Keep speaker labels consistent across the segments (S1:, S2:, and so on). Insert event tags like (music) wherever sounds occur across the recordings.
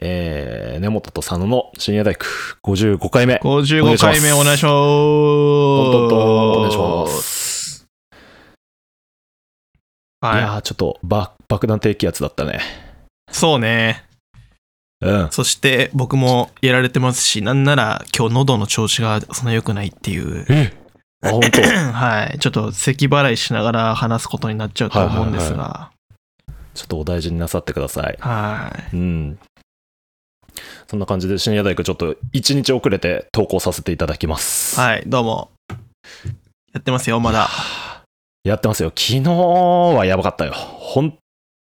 S1: えー、根本と佐野の深夜大工55回目。
S2: 55回目お願いします。
S1: トントントンお
S2: お
S1: 願いします。い、
S2: は
S1: やー、ちょっとば爆弾低気圧だったね。
S2: い。そうね。
S1: うん。
S2: そして僕もやられてますし、なんなら今日喉の調子がそんな良くないっていう。
S1: えあ、本当
S2: はい。ちょっと咳払いしながら話すことになっちゃうと思うんですが。
S1: ちょっとお大事になさってください。
S2: はい。
S1: うん。そんな感じで深夜大工ちょっと1日遅れて投稿させていただきます。
S2: はい、どうも。やってますよ、まだ。
S1: (sighs) やってますよ。昨日はやばかったよ。本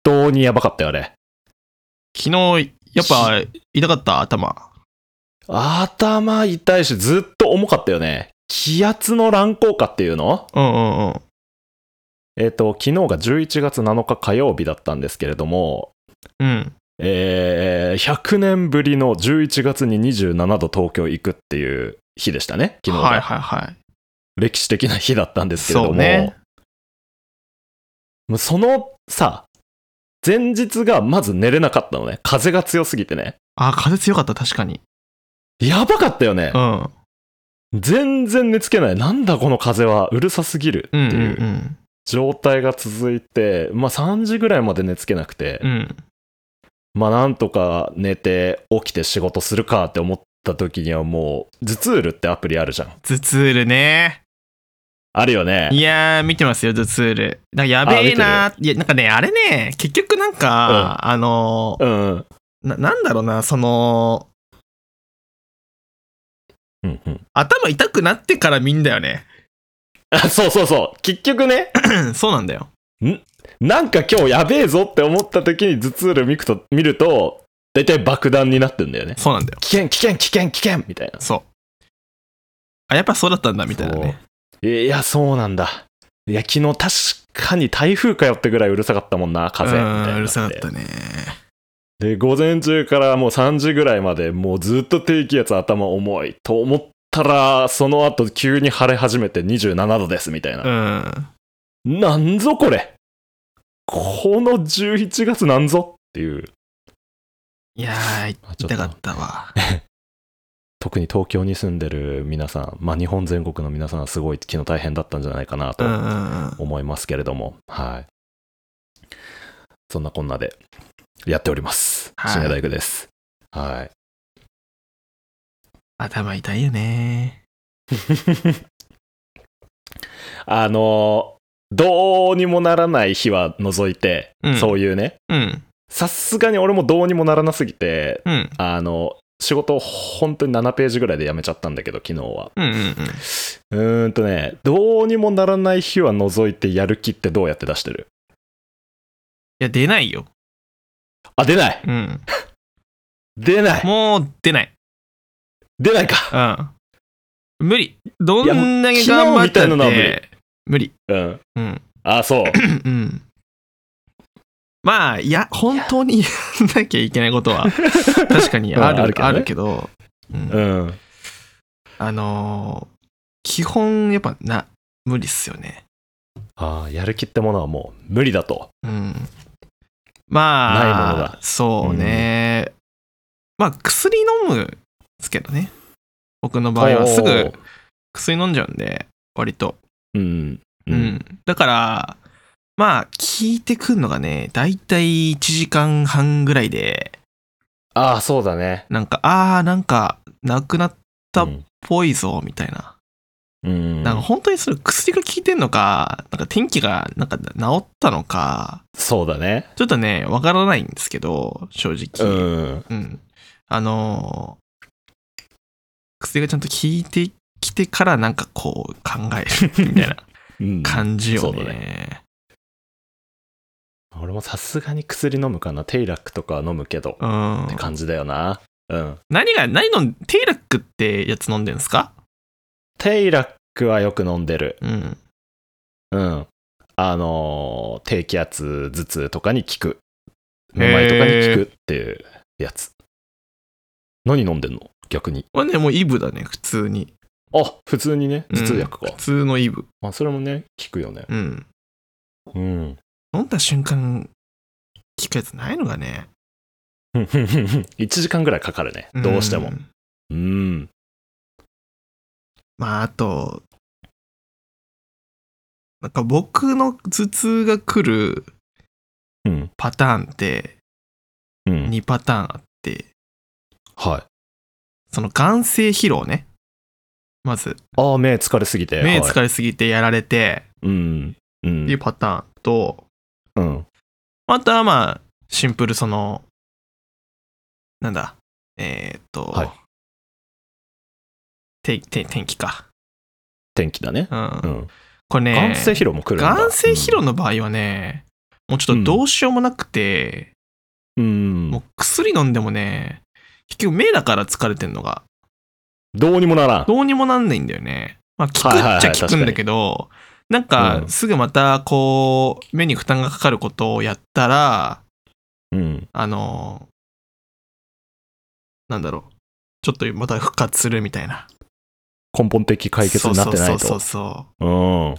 S1: 当にやばかったよ、あれ。
S2: 昨日、やっぱ痛かった頭。
S1: 頭痛いし、ずっと重かったよね。気圧の乱高下っていうの
S2: うんうんうん。
S1: えっ、と、昨日が11月7日火曜日だったんですけれども、
S2: うん。
S1: えー、100年ぶりの11月に27度東京行くっていう日でしたね、昨日が。
S2: はいはいはい。
S1: 歴史的な日だったんですけれども、
S2: そうね
S1: もうそのさ、前日がまず寝れなかったのね。風が強すぎてね。
S2: あ、風強かった、確かに。
S1: やばかったよね
S2: う。ん。うん
S1: 全然寝つけない。なんだこの風は、うるさすぎるって
S2: うんう。
S1: いうん状態が続いて、まあ3時ぐらいまで寝つけなくて、
S2: うん。
S1: まあなんとか寝て起きて仕事するかって思った時にはもう、ズツールってアプリあるじゃん。
S2: 頭痛るね。
S1: あるよね。
S2: いやー、見てますよ、頭痛る。なんかやべえなーいや、なんかね、あれね、結局なんか、あのー
S1: うんうん。
S2: な、なんだろうな、その、
S1: うんうん。
S2: 頭痛くなってから見んだよね。
S1: あそうそうそう。結局ね、
S2: そうなんだよ。
S1: なんか今日やべえぞって思った時に頭痛る見ると、見ると、大体爆弾になってんだよね。
S2: そうなんだよ。
S1: 危険、危険、危険、危険みたいな。
S2: そう。あ、やっぱそうだったんだ、みたいなね。
S1: そう。いや、そうなんだ。いや、昨日確かに台風かよってぐらいうるさかったもんな、風。みたいにな
S2: う
S1: っ
S2: ん
S1: て
S2: うるさかったね。
S1: で、午前中からもう3時ぐらいまで、もうずっと低気圧頭重いと思ったら、その後急に晴れ始めて27度ですみたいな。
S2: うん。
S1: なんぞこれこの11月なんぞっていう。
S2: いやー、
S1: まあちょっと
S2: 痛かったわ。
S1: 特に東京に住んでる皆さん、まあ、日本全国の皆さんはすごい昨日大変だったんじゃないかな
S2: う
S1: と
S2: んうんうん。
S1: 思いますけれども、はい。そんなこんなでやっております。
S2: はい
S1: 深夜大工です。はい。
S2: 頭痛いよね。
S1: あのーどうにもならない日は除いて、
S2: うん
S1: そういうね、
S2: うん。
S1: さすがに俺もどうにもならなすぎて、
S2: うん。
S1: あの、仕事を本当に7ページぐらいでやめちゃったんだけど、昨日は。
S2: うんうんうん。
S1: うーんとね、どうにもならない日は除いてやる気ってどうやって出してる
S2: いや、出ないよ。
S1: あ、出ない
S2: うん。
S1: 出ない
S2: もう出ない。
S1: 出ないか
S2: うん。無理。どんだけ頑張った
S1: いやもう昨日みたいな
S2: っ
S1: のは無
S2: て。無理。
S1: うん。
S2: うん。
S1: あ、そう。
S2: (coughs) うん。まあ、いや、本当にやんなきゃいけないこと
S1: (laughs)
S2: は、確かにあ
S1: うんある
S2: る
S1: けどね
S2: あるけど、うん
S1: うん。
S2: あのー基本、やっぱ、な、無理っすよね。
S1: ああ、やる気ってものはもう無理だと。
S2: うん。まあ、
S1: ないものだ
S2: そうね。まあ、薬飲むですけどね。僕の場合はす
S1: お
S2: ぐ
S1: ー。
S2: 薬飲んじゃうんで、割と。
S1: うん。
S2: うん。。だから、まあ、聞いてくんのがね、だいたい1時間半ぐらいで、
S1: ああ、そうだね。
S2: なんか、あー、なんか、なくなっ
S1: う
S2: たっ
S1: ん。
S2: ぽいぞ、みたいな。
S1: うん
S2: なんか、本当にそれ薬が効いてんのか、なんか天気が、なんか治ったのか、
S1: そうだね。
S2: ちょっとね、わからないんですけど、正
S1: う
S2: 直。
S1: ん。
S2: うん。あのー薬がちゃんと効いてきてからなんかこう考えるみたいな
S1: うん
S2: 感じよ
S1: そうだ
S2: ね。
S1: 俺もさすがに薬飲むかな。テイラックとかは飲むけど。
S2: う
S1: って
S2: ん。
S1: 感じだよな。うん。
S2: 何が、何の、テイラックってやつ飲んでんすか
S1: テイラックはよく飲んでる。
S2: うん。
S1: うん。あのー低気圧頭痛とかに効く。めまいとかに効くっていうやつ。何飲んでんの逆に。
S2: これね、もうイブだね、普通に。
S1: あ、普通にね、
S2: うん
S1: 頭痛薬か。
S2: 普通のイブ。
S1: まあ、それもね、効くよね。
S2: うん。
S1: うん。 (laughs)
S2: 飲んだ瞬間、効くやつないのがね。
S1: 1時間ぐらいかかるね。どうしても
S2: ん。。
S1: うん。
S2: まあ、あと、なんか僕の頭痛が来る
S1: うん。
S2: パターンって
S1: うん。
S2: 2パターンあって、
S1: はい。
S2: その眼性疲労ね。まず、
S1: ああ、目疲れすぎて。
S2: 目
S1: はい
S2: 疲れすぎてやられて
S1: うん。う
S2: ってい
S1: ん
S2: う。パターンと、
S1: うん。
S2: あとはまあ、シンプルその、なんだ、えーっと、
S1: はい
S2: 天て天気か。
S1: 天気だね。
S2: うん。
S1: うん。
S2: これね、
S1: 眼性疲労も来るんだ。
S2: 眼性疲労の場合はね、もうちょっとどうしようもなくて、
S1: うん。う
S2: も
S1: ん
S2: う薬飲んでもね、結局目だから疲れてんのが、
S1: どうにもならん。
S2: どうにもなんないんだよね。まあ、効
S1: は
S2: く
S1: いはいは
S2: っ
S1: い
S2: ちゃ効くんだけど、なんか
S1: う、ん
S2: すぐまた、こう、目に負担がかかることをやったら、
S1: うん。
S2: あの、なんだろう、ちょっとまた復活するみたいな。
S1: 根本的解決になってない
S2: そうそうそう
S1: と。
S2: そ
S1: うん。
S2: う。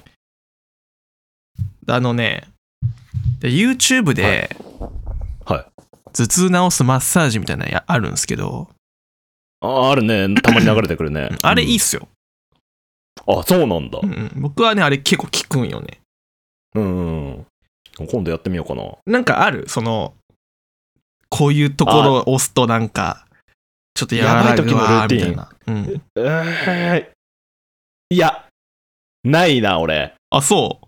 S2: あのね、で YouTube で、
S1: はいはい
S2: 頭痛治すマッサージみたいなのやあるんですけど、。
S1: ああ、あるね。たまに流れてくるね
S2: あれいいっ
S1: す。
S2: すよ。
S1: あ、そうなんだ
S2: う。んうん僕はね、あれ結構効くんよね。
S1: うん。今度やってみようかな。
S2: なんかあるその、こういうところを押すとなんか、ちょっとやら
S1: やばい時の
S2: ぐ
S1: ル
S2: わ
S1: ー
S2: ー
S1: ティーン
S2: みたいな。うん。
S1: えーいや、ないな、俺。
S2: あ、そう。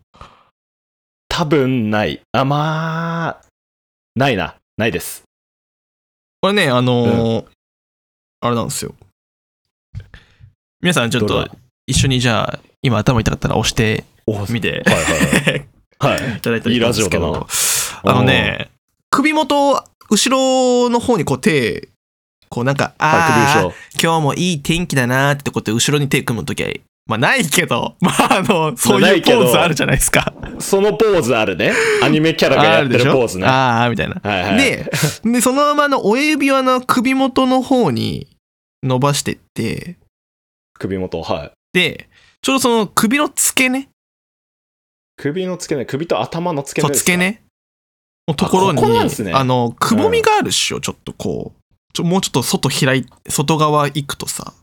S1: 多分ない。あ、まあ、ないな。ないです。
S2: これね、あのーあれなんですよ。皆さんちょっ
S1: ど
S2: と
S1: れ
S2: 一緒にじゃあ、今頭痛かったら押して
S1: おはい
S2: みて
S1: はいはい。はい
S2: いただいたら
S1: いいラジオだな
S2: と思うんですけど、あのね、首元を後ろの方にこう手、こうなんか、あ
S1: はい
S2: ー、今日もいい天気だなーってことで後ろに手組むときは、まあないけど、 (laughs) まああの、そう
S1: ないいうけ
S2: ポ
S1: ど
S2: ーズあるじゃないですか。
S1: 首相そのポーズあるね。アニメキャラが
S2: あ
S1: や
S2: る
S1: っ
S2: で
S1: て
S2: し
S1: る
S2: ょ
S1: ポーズね。は
S2: あーみたいな。
S1: いはい。
S2: で、で、そのままの親指輪の首元の方に伸ばしてって、
S1: 首元、はい。
S2: で、ちょうどその首の付け根、
S1: 首の付け根、首と頭の付け
S2: そう
S1: 根ですか
S2: 付け根のところに、
S1: あここなんすね
S2: あの、くぼみがあるっしょ、ちょっとこう。ちょもうちょっと外開い、外側行くとさ、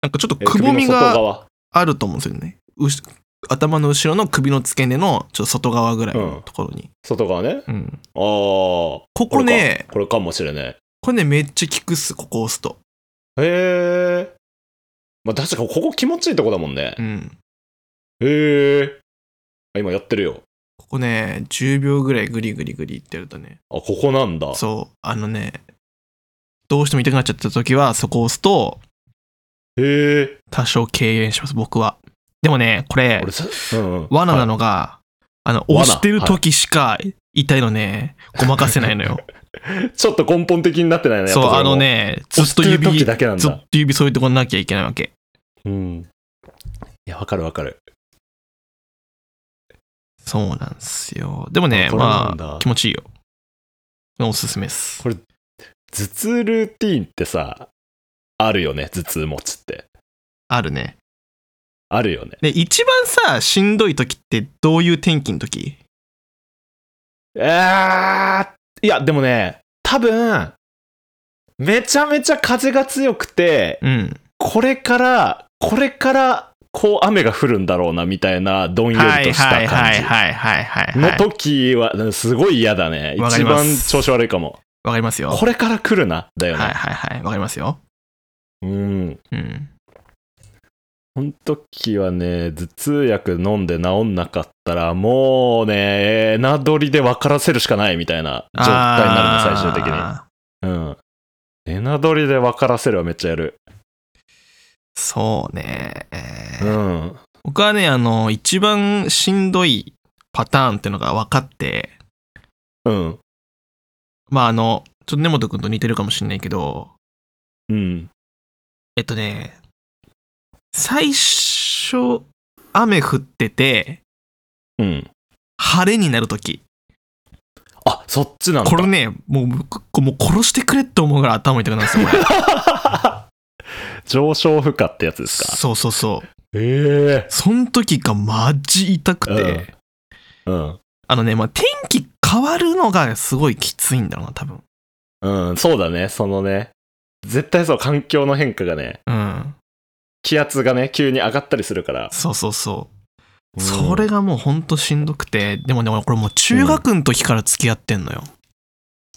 S2: なんかちょっと
S1: えー
S2: くぼみ
S1: 首の外
S2: が
S1: 側
S2: あると思うんですよね。うし頭の後ろの首の付け根のちょっと外側ぐらいのところに。
S1: 外側ね。
S2: うん
S1: ああ。こ
S2: ここね
S1: れか、これかもしれない。
S2: これね、めっちゃ効くっす、ここ押すと。
S1: へえ。まあ、確かここ気持ちいいとこだもんね
S2: う。ん。
S1: へえ。あ今やってるよ。
S2: ここね、10秒ぐらいグリグリグリってやるとね、
S1: あ、ここなんだ。
S2: そう、あのね、どうしても痛くなっちゃった時は、そこを押すと、
S1: へえ。
S2: 多少軽減します、僕は。でもね、これ
S1: 俺、さ、うんうん、
S2: 罠な
S1: はい
S2: のが、あの、
S1: 罠
S2: 押してる時しか痛いのね、ごまか
S1: (laughs)
S2: せないのよ。
S1: ちょっと根本的になってないね。
S2: そう、あの
S1: ね
S2: ね、ずっと指、
S1: 押してる時
S2: ず
S1: だ
S2: っ
S1: けなんだ
S2: と指そういうとこなきゃいけないわけ。
S1: うん。いや、わかるわかる。
S2: そうなんですよ。でもね
S1: あ、これな
S2: ま
S1: んだ
S2: あ、気持ちいいよ。おすすめです
S1: こ。頭痛ルーティーンってさ、あるよね、頭痛持ちって。
S2: あるね。
S1: あるよね。
S2: で、一番さ、しんどい時ってどういう天気の時
S1: あーいや、でもね、多分、めちゃめちゃ風が強くて、
S2: うん。
S1: これから、これから、こう雨が降るんだろうな、みたいな、どんよ
S2: は
S1: り
S2: い
S1: とした
S2: はいはい
S1: 感
S2: はいはいはい
S1: じ。
S2: は
S1: の
S2: い。
S1: 時は、すごい嫌だね。
S2: わか
S1: 一
S2: りま
S1: 番
S2: す
S1: 調子悪いかも。
S2: わかりますよ。は
S1: これから来るな、だ
S2: い
S1: よね。
S2: はいはい。わかりますよ。
S1: うん。
S2: うん。
S1: この時はね、頭痛薬飲んで治んなかったら、もうね、などりで分からせるしかないみたいな状態になるの、最終的に。
S2: あ
S1: うん。えなどりで分からせるはめっちゃやる。
S2: ーそうね。えー
S1: うん。
S2: 僕はね、あの、一番しんどいパターンってのが分かって、
S1: うん。
S2: まああの、ちょっと根本くんと似てるかもしれないけど、
S1: うん。
S2: えっとね、最初、雨降ってて、
S1: うん。
S2: 晴れになるとき。
S1: あ、そっちなんだ。
S2: これね、もう、僕もう殺してくれって思うぐらい頭痛くなるんですよ、こ (laughs) れ。
S1: 上昇負荷ってやつですか。
S2: そうそうそう。
S1: ええ
S2: そん時がマジ痛くて、
S1: うんうん。
S2: あのね、まあ、天気変わるのがすごいきついんだろうな、多分。
S1: うん、そうだね、そのね。絶対そう、環境の変化がね、
S2: うん。
S1: 気圧がね、急に上がったりするから。
S2: そうそうそうう。
S1: ん
S2: それがもうほんとしんどくて、でもね、俺これもう中学の時から付き合ってんのよ。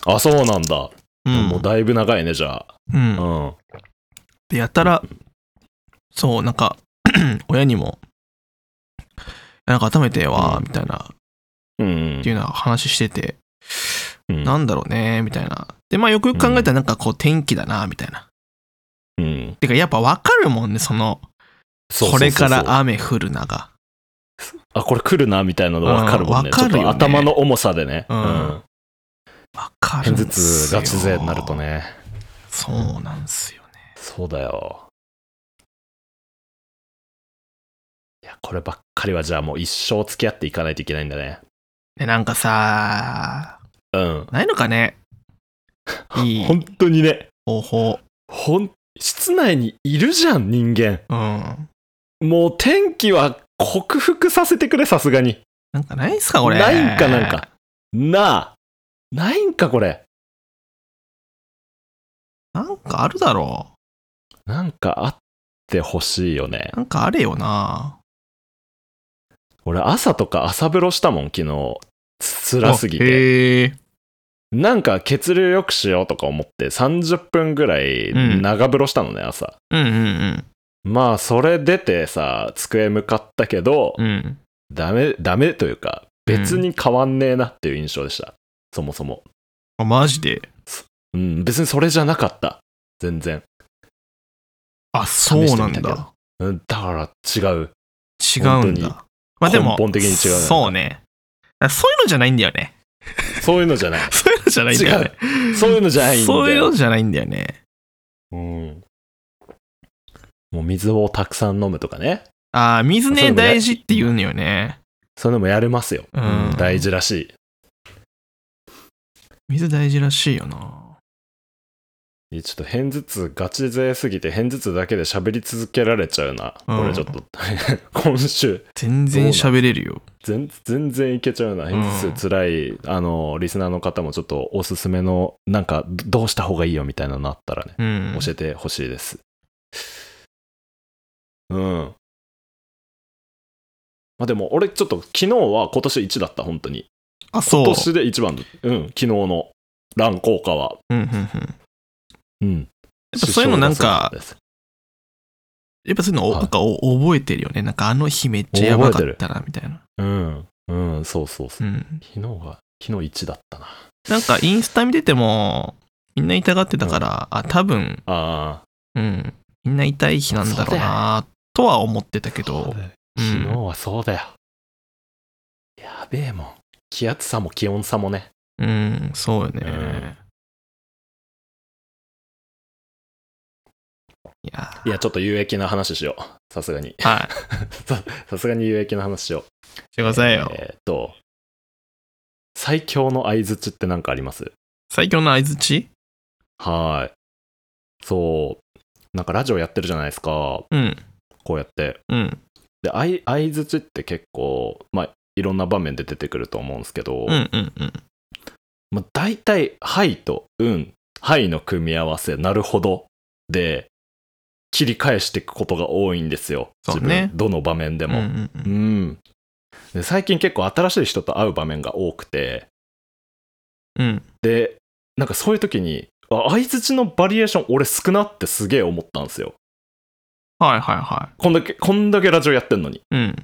S1: あ、そうなんだ。
S2: うん。
S1: もうだいぶ長いね、じゃあ。
S2: うん
S1: う。ん。
S2: でやたらそうなんか (clears throat) 親にもなんか改めては
S1: うん
S2: みたいな
S1: うん
S2: っていうのは話してて、
S1: うん。
S2: なんだろうねみたいなでまあよくよく考えたらなんかこう天気だなみたいな
S1: うん。
S2: てかやっぱわかるもんねその
S1: そう
S2: こ
S1: そうそうそ
S2: れ
S1: う
S2: から雨降るなが
S1: あ、これ来るな、みたいなの分かるもんね。
S2: うん分かるよね
S1: ちょっと頭の重さでね。
S2: うんわか
S1: 偏
S2: るん
S1: 頭
S2: です
S1: 痛
S2: よ
S1: ガチ勢になるとね。
S2: そうなんですよね
S1: そうだよ。いや、こればっかりはじゃあもう一生付き合っていかないといけないんだね。
S2: でなんかさ
S1: うん。
S2: ないの
S1: (laughs)
S2: かねいい
S1: 本当にね、
S2: 方法
S1: ほん、室内にいるじゃん、人間。
S2: うん
S1: もう天気は克服させてくれ、さすがに。
S2: なんかないっすかこれ
S1: ないんかなんか。なあ。ないんか、これ。
S2: なんかあるだろ
S1: なんかあってほしいよね
S2: う。なんかあれよな
S1: 俺、朝とか朝風呂したもん、昨日。つ辛すぎて。
S2: へえ
S1: なんか血流良くしようとか思って30分ぐらい
S2: うん
S1: 長風呂したのね、朝。
S2: うんうん
S1: まあ、それ出てさ、机向かったけど、
S2: うんうん
S1: ダメ、ダメというか、別に変わんねえなっていう印象でした。そもそも。
S2: あマジで
S1: うん、別にそれじゃなかった。全然。
S2: あそうな
S1: 試し
S2: ん
S1: てみたけ
S2: だ
S1: どうん、だから違う。
S2: 違うん
S1: 本当に
S2: だまあでも
S1: 根本的に違うよね
S2: そうねだからそういうのじゃないんだよね
S1: そういうの
S2: (laughs)
S1: じゃない。
S2: そういうのじゃないんだよね
S1: そういうのじゃないんだよ。
S2: そういうのじゃないんだよね
S1: うん。もう水をたくさん飲むとかね。
S2: あー水
S1: そうい
S2: ね
S1: うのね
S2: 大事って言うのよね
S1: そういうのもやれますよ。
S2: うん
S1: 大事らしい。
S2: 水大事らしいよな
S1: えちょっと偏頭痛ガチ勢すぎて偏頭痛だけで喋り続けられちゃうな。
S2: うん
S1: これちょっと (laughs) 今週
S2: 全然喋れるよ
S1: 全全然いけちゃうな。偏頭痛つらい、あのリスナーの方もちょっとおすすめのなんかどうした方がいいよみたいなのあったらね、
S2: うん
S1: 教えてほしいです。うん。まあでも俺ちょっと昨日は今年1だった本当に。
S2: あそう
S1: 今年で1番だうん昨日の乱効果は。
S2: うんうんうん
S1: うん。
S2: やっぱそういうのなんか
S1: 師匠がそうです
S2: やっぱそういうのお
S1: はい
S2: なんかお覚えてるよねなんかあの日めっちゃやばかったなみたいな
S1: うん。うん、そうそうそうう。
S2: ん
S1: 昨日が、昨日1だったな。
S2: なんかインスタ見ててもみんな痛がってたからあ多分
S1: ああ。
S2: うん。みんな痛い日なんだろうなとは思ってたけ
S1: そう
S2: ど
S1: だ。よ
S2: うん
S1: 昨日はそうだよ。やべえもん。気圧差も気温差もね。
S2: うん、そうよね。
S1: うん
S2: いや
S1: いや、ちょっと有益な話しよう。さすがに。 (laughs)
S2: ー、はい。し
S1: ささすがに有益な話しよう。
S2: てくださいよ。
S1: えーっと、最強の相づちって何かあります
S2: 最強の相づち
S1: はーい。そう。なんかラジオやってるじゃないですか。
S2: うん、
S1: こうやって。
S2: うん、
S1: で、相相づちって結構、まあ、いろんな場面で出てくると思うんですけど、
S2: うん、うん、うん。
S1: まあ、大体「はい」と「うん」「はい」の組み合わせ「なるほど」で切り返していくことが多いんですよ
S2: そうね
S1: 自分どの場面で
S2: で
S1: も。
S2: う
S1: うん
S2: ん、うん
S1: で最近結構新しい人と会う場面が多くて
S2: うん。
S1: でなんかそういう時にあ相づちのバリエーション俺少なってすげえ思ったんですよ
S2: はい、はい、は
S1: こんだけこんだけラジオやってんのに
S2: い。うん。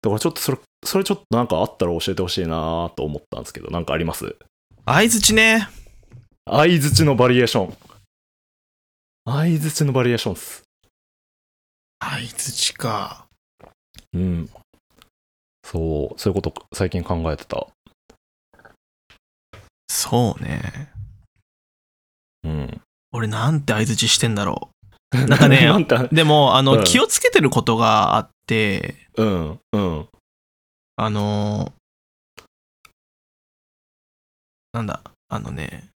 S1: だからちょっとそれそれちょっとなんかあったら教えてほしいなと思ったんですけどなんかあります
S2: 相づちね。
S1: 相づちのバリエーション相づちのバリエーションっす
S2: 相づちか。
S1: うん。そう、そういうこと最近考えてた。
S2: そうね。
S1: うん。
S2: 俺なんて相づちしてんだろ
S1: (laughs)
S2: う。なんか (laughs) ね、
S1: なんか、
S2: でも、あの、
S1: うん
S2: 気をつけてることがあって、
S1: うん、うん。
S2: あのーなんだ、あのね。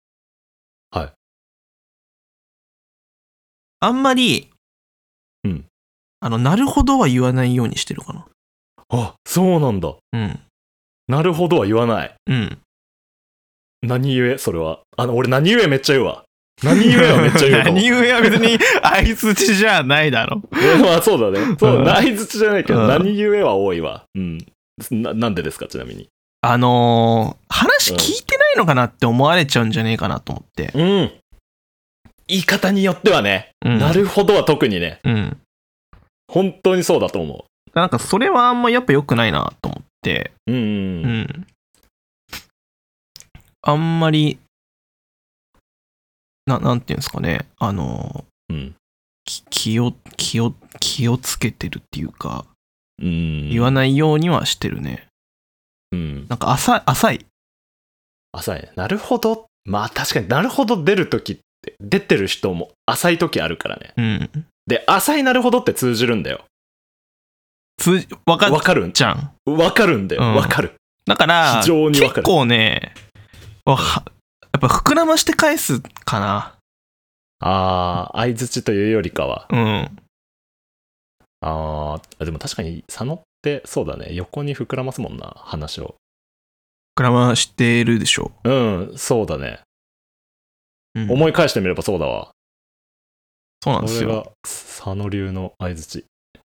S1: はい。
S2: あんまり、
S1: うん。
S2: あの、なるほどは言わないようにしてるかな。
S1: あ、そうなんだ。
S2: うん。
S1: なるほどは言わない。
S2: うん。
S1: 何故それは。あの、俺何故めっちゃ言うわ。何故はめっちゃ言うかも。(laughs)
S2: (laughs) 何故は別に相づちじゃないだろ。
S1: いやまあそうだね。そうう、
S2: ん
S1: 内槌じゃないけ
S2: う
S1: ど、
S2: ん
S1: 何故は多いわ。うん。ななんでですか、ちなみに。
S2: あのー話聞いてないのかなって思われちゃうんじゃねえかなと思って。
S1: うん。言い方によってはね、
S2: うん
S1: なるほどは特にね、
S2: うん。
S1: 本当にそうだと思
S2: なんかそれはあんまやっぱ良くないなと思って、
S1: う。うん
S2: う
S1: うんうん。
S2: ん。あんまり、な、なんていうんですかね、あの、
S1: うん。
S2: き気を、気を、気をつけてるっていうか、
S1: うん。
S2: 言わないようにはしてるね。
S1: うん。
S2: なんか浅い、浅い。
S1: 浅いね。なるほど。まあ確かになるほど出るときって、出てる人も浅いときあるからね。
S2: うん。
S1: で、浅いなるほどって通じるんだよ。
S2: 通じ、わか
S1: わ
S2: っ
S1: かるん
S2: ちゃん。
S1: わかるんだよ。
S2: うん
S1: わかる。
S2: だから、
S1: 非常にわかる
S2: 結構ね、わはやっぱ膨らまして返すかな。
S1: ああ、相づちというよりかは。
S2: うん。
S1: ああ、でも確かに佐野ってそうだね。横に膨らますもんな、話を。
S2: 膨らましてるでしょ。
S1: うん、そうだね。
S2: うん
S1: 思い返してみればそうだわ。
S2: そうなん
S1: こ
S2: です
S1: れ
S2: よ。
S1: が佐野流の相づち。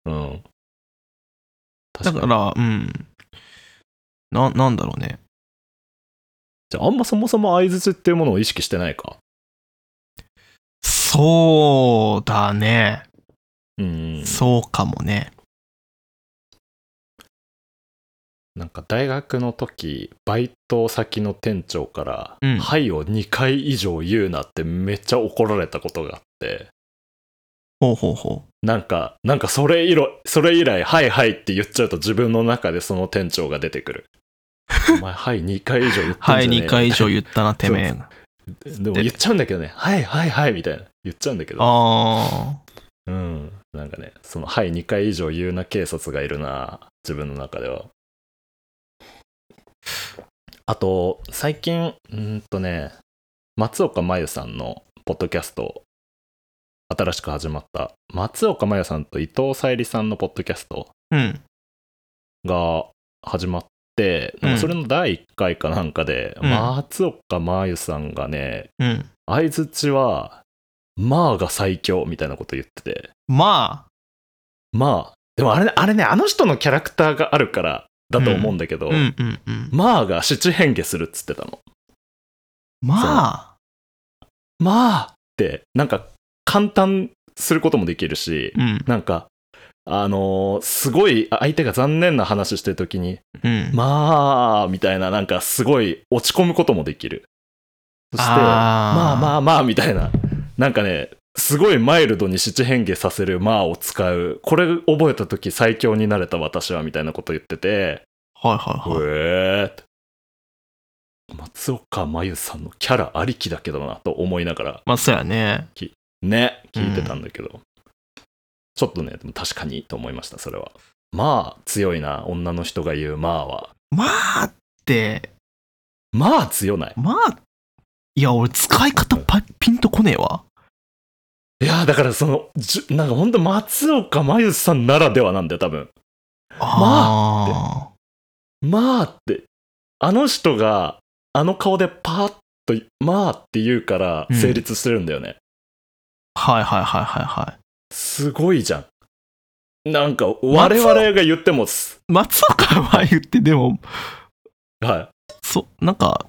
S1: うん。
S2: だ
S1: 確
S2: か
S1: に
S2: ら、うん。な、なんだろうね。
S1: じゃあ、あんまそもそも相づちっていうものを意識してないか。
S2: そうだね。
S1: うん。
S2: そうかもね。
S1: なんか大学の時、バイト先の店長から、
S2: うん
S1: はいを2回以上言うなってめっちゃ怒られたことがあって。
S2: ほうほうほ
S1: なんか、なんかそれ以来、それ以来、はいはいって言っちゃうと自分の中でその店長が出てく
S2: (laughs)
S1: る。お前、はい、2回以上言っ
S2: う。
S1: たん
S2: は
S1: じゃ
S2: い、
S1: ねえよ
S2: 2回以上言ったな、てめえ
S1: そ。でも言っちゃうんだけどね、はいはいはいみたいな。言っちゃうんだけど。
S2: あ
S1: うん。なんかね、その、はい、2回以上言うな警察がいるな、自分の中では。あと、最近、うーんとね、松岡真優さんのポッドキャスト、新しく始まった、松岡真優さんと伊藤沙莉さんのポッドキャスト、
S2: あ。うん。
S1: が始まって、なんかそれの第1回かなんかで、
S2: うん
S1: 松岡真優さんがね、
S2: うん。
S1: 相づちは、まあが最強みたいなこと言ってて、
S2: まあ、
S1: まあ、でもあれね、あれね、あの人のキャラクターがあるからだと思うんだけど、
S2: うんうんうん。
S1: まあが七変化するっつってたの。
S2: まあ、
S1: まあって、なんか簡単することもできるし、
S2: うん。
S1: なんか、あのーすごい相手が残念な話してるときに、
S2: うん。
S1: まあ、みたいな、なんかすごい落ち込むこともできる。そして、
S2: あー
S1: まあまあまあ、みたいな。なんかね、すごいマイルドに七変化させるまあを使う。これ覚えた時最強になれた私は、みたいなこと言ってて、
S2: はいうはいはい。
S1: えーって松岡真優さんのキャラありきだけどな、と思いながら、
S2: まあ、そうやね。
S1: ね、聞いてたんだけど。ちょっとね、でも確かにと思いました、それは。まあ、強いな、女の人が言うまあは。
S2: まあって、
S1: まあ、強ない。
S2: まあ、いや、俺使い方パピンとこねえわ。
S1: いやーだからそのじゅなんかほんと松岡真優さんならではなんだよ多分
S2: ああ。
S1: まあってあの人があの顔でパーッとまあって言うから
S2: うん
S1: 成立してるんだよね、
S2: はいはいはいはいはい。
S1: すごいじゃんなんか我々が言ってもす
S2: 松岡は言って、でも、
S1: は
S2: そう、なんか、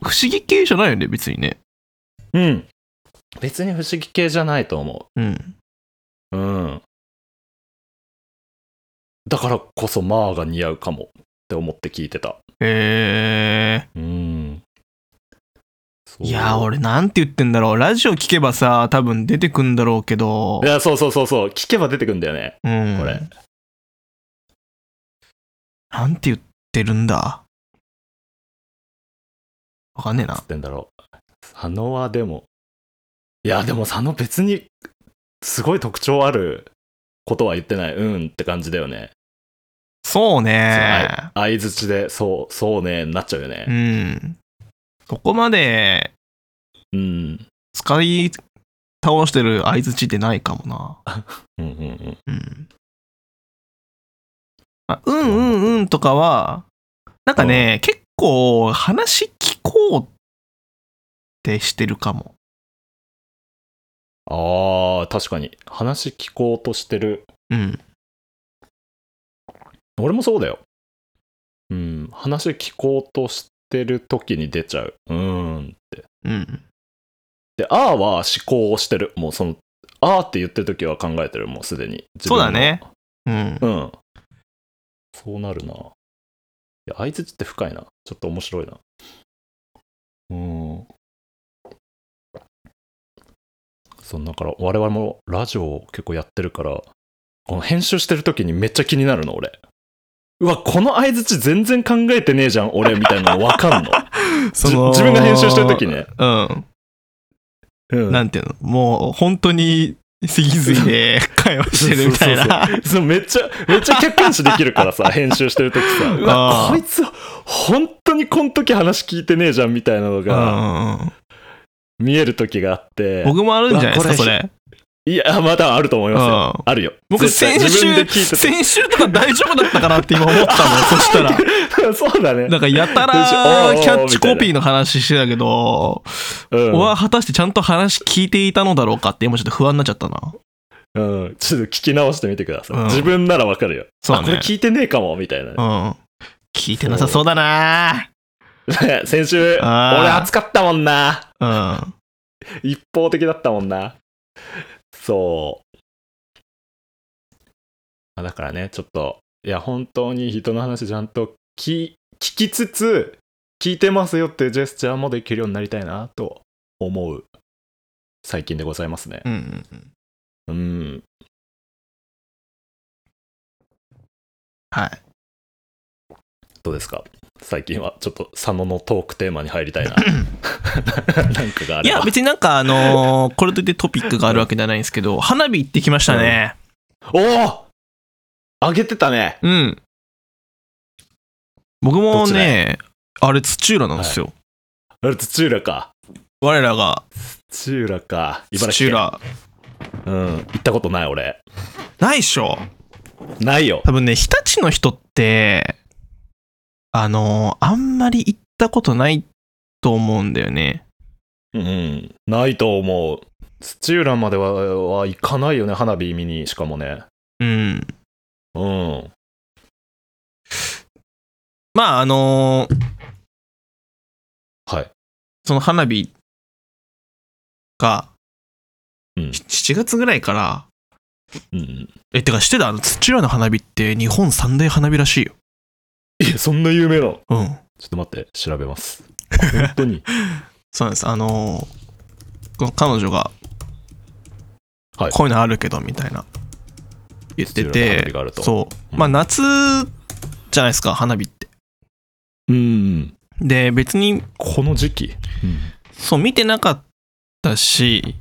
S2: 不思議系じゃないよね、別にね。
S1: いうん別に不思議系じゃないと思
S2: うん。
S1: ううんだからこそまあが似合うかもって思って聞いてた
S2: え
S1: うん
S2: ー、いやー、俺なんて言ってんだろう。ラジオ聞けばさ、多分出てくんだろうけど
S1: い、や、そうそうそうそう。聞けば出てくんだよね。
S2: うん。
S1: これ。
S2: なんて言ってるんだ。わかんねえ
S1: つ
S2: な
S1: っ。てんだろう。佐野はでも。いや、でも佐野別に、すごい特徴あることは言ってない。うんって感じだよね。
S2: そう
S1: そ
S2: ね。
S1: 相づちで、そう、そうね、なっちゃうよ
S2: う
S1: ね。
S2: ん。そこまで
S1: うん。
S2: 使い倒してる相づちってないかもな。
S1: うんうんうん。
S2: うん。あ、うんうんうんとかは、なんかね、結構話聞こうっ定してるかも。
S1: ああ、確かに。話聞こうとしてる。
S2: うん。
S1: 俺もそうだよ。うん。話聞こうとしてる時に出ちゃう。うーん。
S2: うん。
S1: で、あーは思考をしてる。もうその、あーって言ってる時は考えてる。もうすでに。自分の
S2: そうだね。
S1: (laughs)
S2: うん。
S1: うん。そうなるな。いや、相づちって深いな。ちょっと面白いな。うん。そんだから、我々もラジオを結構やってるから、この編集してる時にめっちゃ気になるの、俺。うわ、この相づち全然考えてねえじゃん、俺、みたいなの分かんの。
S2: そ
S1: じ
S2: の
S1: 自分が編集してる時ね。
S2: うん。
S1: うん。
S2: なんていうのもう本当に脊髄で会話してるみたいな。
S1: そうそうそうそうめっちゃめっちゃ客観視できるから
S2: (laughs)
S1: さ編集してる時さうわ
S2: あー
S1: こいつ本当にこの時話聞いてねえじゃんみたいなの
S2: うんう
S1: が
S2: んうん
S1: 見える時があって
S2: 僕もあるんじゃないですか、
S1: うわこ
S2: そ
S1: れ
S2: れ。
S1: いやまだあると思いますよ
S2: うん
S1: あるよ
S2: 僕、
S1: 絶対
S2: 先
S1: 自分で
S2: 週、
S1: 聞いてて
S2: 先週とか大丈夫だったかなって今
S1: (laughs)
S2: 思ったのよ、そしたら。
S1: そうだね
S2: なんか、やたら
S1: 先週おーおー
S2: キャッチコピーの話してたけど、
S1: うん
S2: 俺は果たしてちゃんと話聞いていたのだろうかって今ちょっと不安になっちゃったな。
S1: うんちょっと聞き直してみてください、
S2: うん
S1: 自分ならわかるよ
S2: そうだ
S1: あこれ
S2: ね。
S1: 聞いてねえかもみたいな
S2: う、ん。聞いてなさそうだな
S1: (laughs) 先週俺
S2: あー
S1: 熱かったもんな
S2: うん。
S1: 一方的だったもんな。そう。まあだからね、ちょっと、いや、本当に人の話ちゃんと聞聞きつつ、聞いてますよっていうジェスチャーもできるようになりたいなと思う最近でございますね。
S2: うんうんうん。
S1: うん。
S2: はい。
S1: どうですか最近はちょっと佐野のトークテーマに入りたいな。なんかがあ
S2: い
S1: れば
S2: や、別になんかあのーこれといってトピックがあるわけじゃないんですけど、花火行ってきましたね。
S1: おおあげてたね。
S2: うん。僕
S1: ど
S2: も
S1: ちら
S2: ね、あれ土浦なんですよ。
S1: あれ土浦か。
S2: 我らが
S1: 土浦か。茨
S2: 土
S1: 城県。
S2: 浦。
S1: うん。行ったことない俺。
S2: ないっしょ。
S1: ないよ。
S2: 多分ね、日立の人って、あのーあんまり行ったことないと思うんだよね。
S1: うん、ないと思う。土浦まではは行かないよね、花火見に、しかもね。
S2: うん。
S1: うん。
S2: まああのー
S1: はい。
S2: その花火が
S1: うん。
S2: 7月ぐらいから
S1: うん、
S2: えてか知ってたあの土浦の花火って日本三大花火らしいよ
S1: え、そんな有名なの
S2: うん
S1: ちょっと待って、調べます。本当 (laughs) に。
S2: そうなんですあのーこの彼女が
S1: はい
S2: こういうのあるけどみたいな言って
S1: 土浦の花火
S2: て
S1: があると
S2: そう
S1: うん
S2: まあ夏じゃないですか花火って
S1: うん。
S2: で別に
S1: この時期。
S2: そう見てなかったし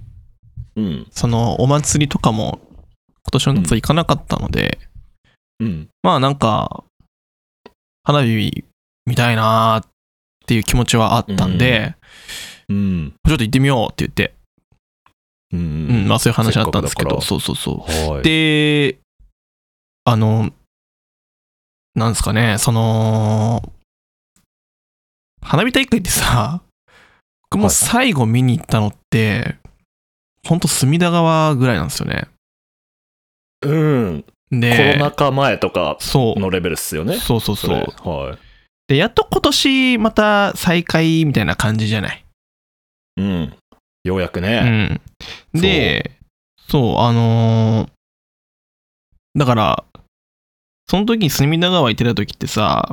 S1: うん。うん。
S2: そのお祭りとかも今年の夏行かなかったので、
S1: うん。
S2: まあなんか、花火見たいなーっていう気持ちはあったんで、
S1: うん。
S2: ちょっと行ってみようって言って、
S1: うん。
S2: うん、まあそういう話だったんですけ
S1: せっ
S2: ど、
S1: かく
S2: そうそうそ
S1: は
S2: う。
S1: い。
S2: で、あの、なんですかね、その、花火大会ってさ、僕も
S1: はい
S2: 最後見に行ったのって、ほんと隅田川ぐらいなんですよね。
S1: うん。コロ
S2: で、
S1: ナ禍前とか
S2: そ
S1: のレベルっすよ
S2: う、
S1: ね。
S2: そうそう
S1: そ
S2: そ
S1: れ
S2: う。
S1: は
S2: で、やっと今年また再開みたいな感じじゃない。
S1: い。うん。ようやく
S2: う
S1: ね。
S2: ん。で、そう、あのーだから、その時に隅田川行ってた時ってさ、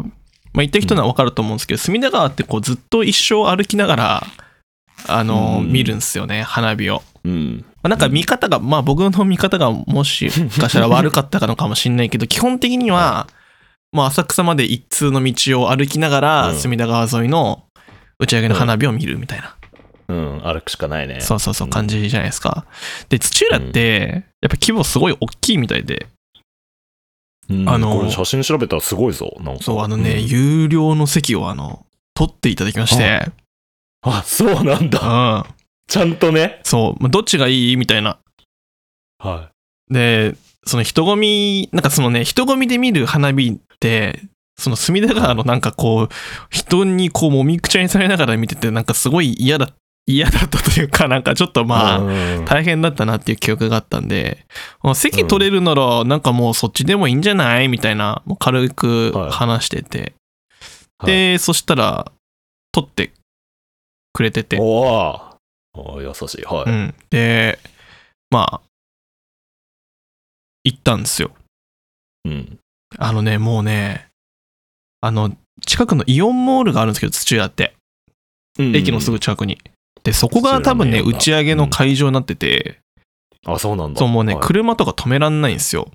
S2: まあ、行った人ならわかると思うんですけど、隅田川ってこうずっと一生歩きながら、あのー
S1: うん
S2: 見るんですよね、花火を。
S1: うん。
S2: まあ、なんか見方が、まあ僕の見方がもしかしたら悪かったのかもしれないけど、基本的には、もう浅草まで一通の道を歩きなが
S1: う
S2: ら、
S1: ん
S2: 隅田川沿いの打ち上げの花火を見るみたいな、
S1: うん。歩くしかないね。
S2: そうそうそう
S1: うん
S2: 感じじゃないですか。で、土浦って、やっぱ規模すごい大きいみたいで、
S1: うん
S2: あの
S1: これ写真調べたらすごいぞなんか
S2: そう、あのね、
S1: ん
S2: 有料の席をあの、取っていただきまして、
S1: あそうなん
S2: う
S1: だ
S2: ん、
S1: ちゃんとね
S2: そう、まあどっちがいいみたいな。
S1: は
S2: で、その人混み、なんかそのね、人混みで見る花火って、その隅田川のなんかこう、人にこうもみくちゃにされながら見てて、なんかすごい嫌だっ嫌だったというか、なんかちょっとまあ、
S1: うんうん
S2: 大変だったなっていう記憶があったんで、あ席取れるなら、なんかもうそっちでもいいんじゃないみたいな、もう軽く
S1: はい
S2: 話してて。
S1: はい
S2: で、そしたら、取ってくれてて。
S1: おーおー優しい。は
S2: う
S1: い。
S2: ん。で、まあ、行ったんですよ。
S1: うん。
S2: あのね、もうね、あの、近くのイオンモールがあるんですけど、土屋って。駅のす
S1: ぐ。
S2: ぐ近くに。で、そこが多分ね、
S1: 土浦のイオ
S2: 打
S1: ンだ
S2: ち上げの会場になってて、
S1: あ、そうなんだ。
S2: そう、もうね、
S1: はい
S2: 車とか止めらんないんですよ。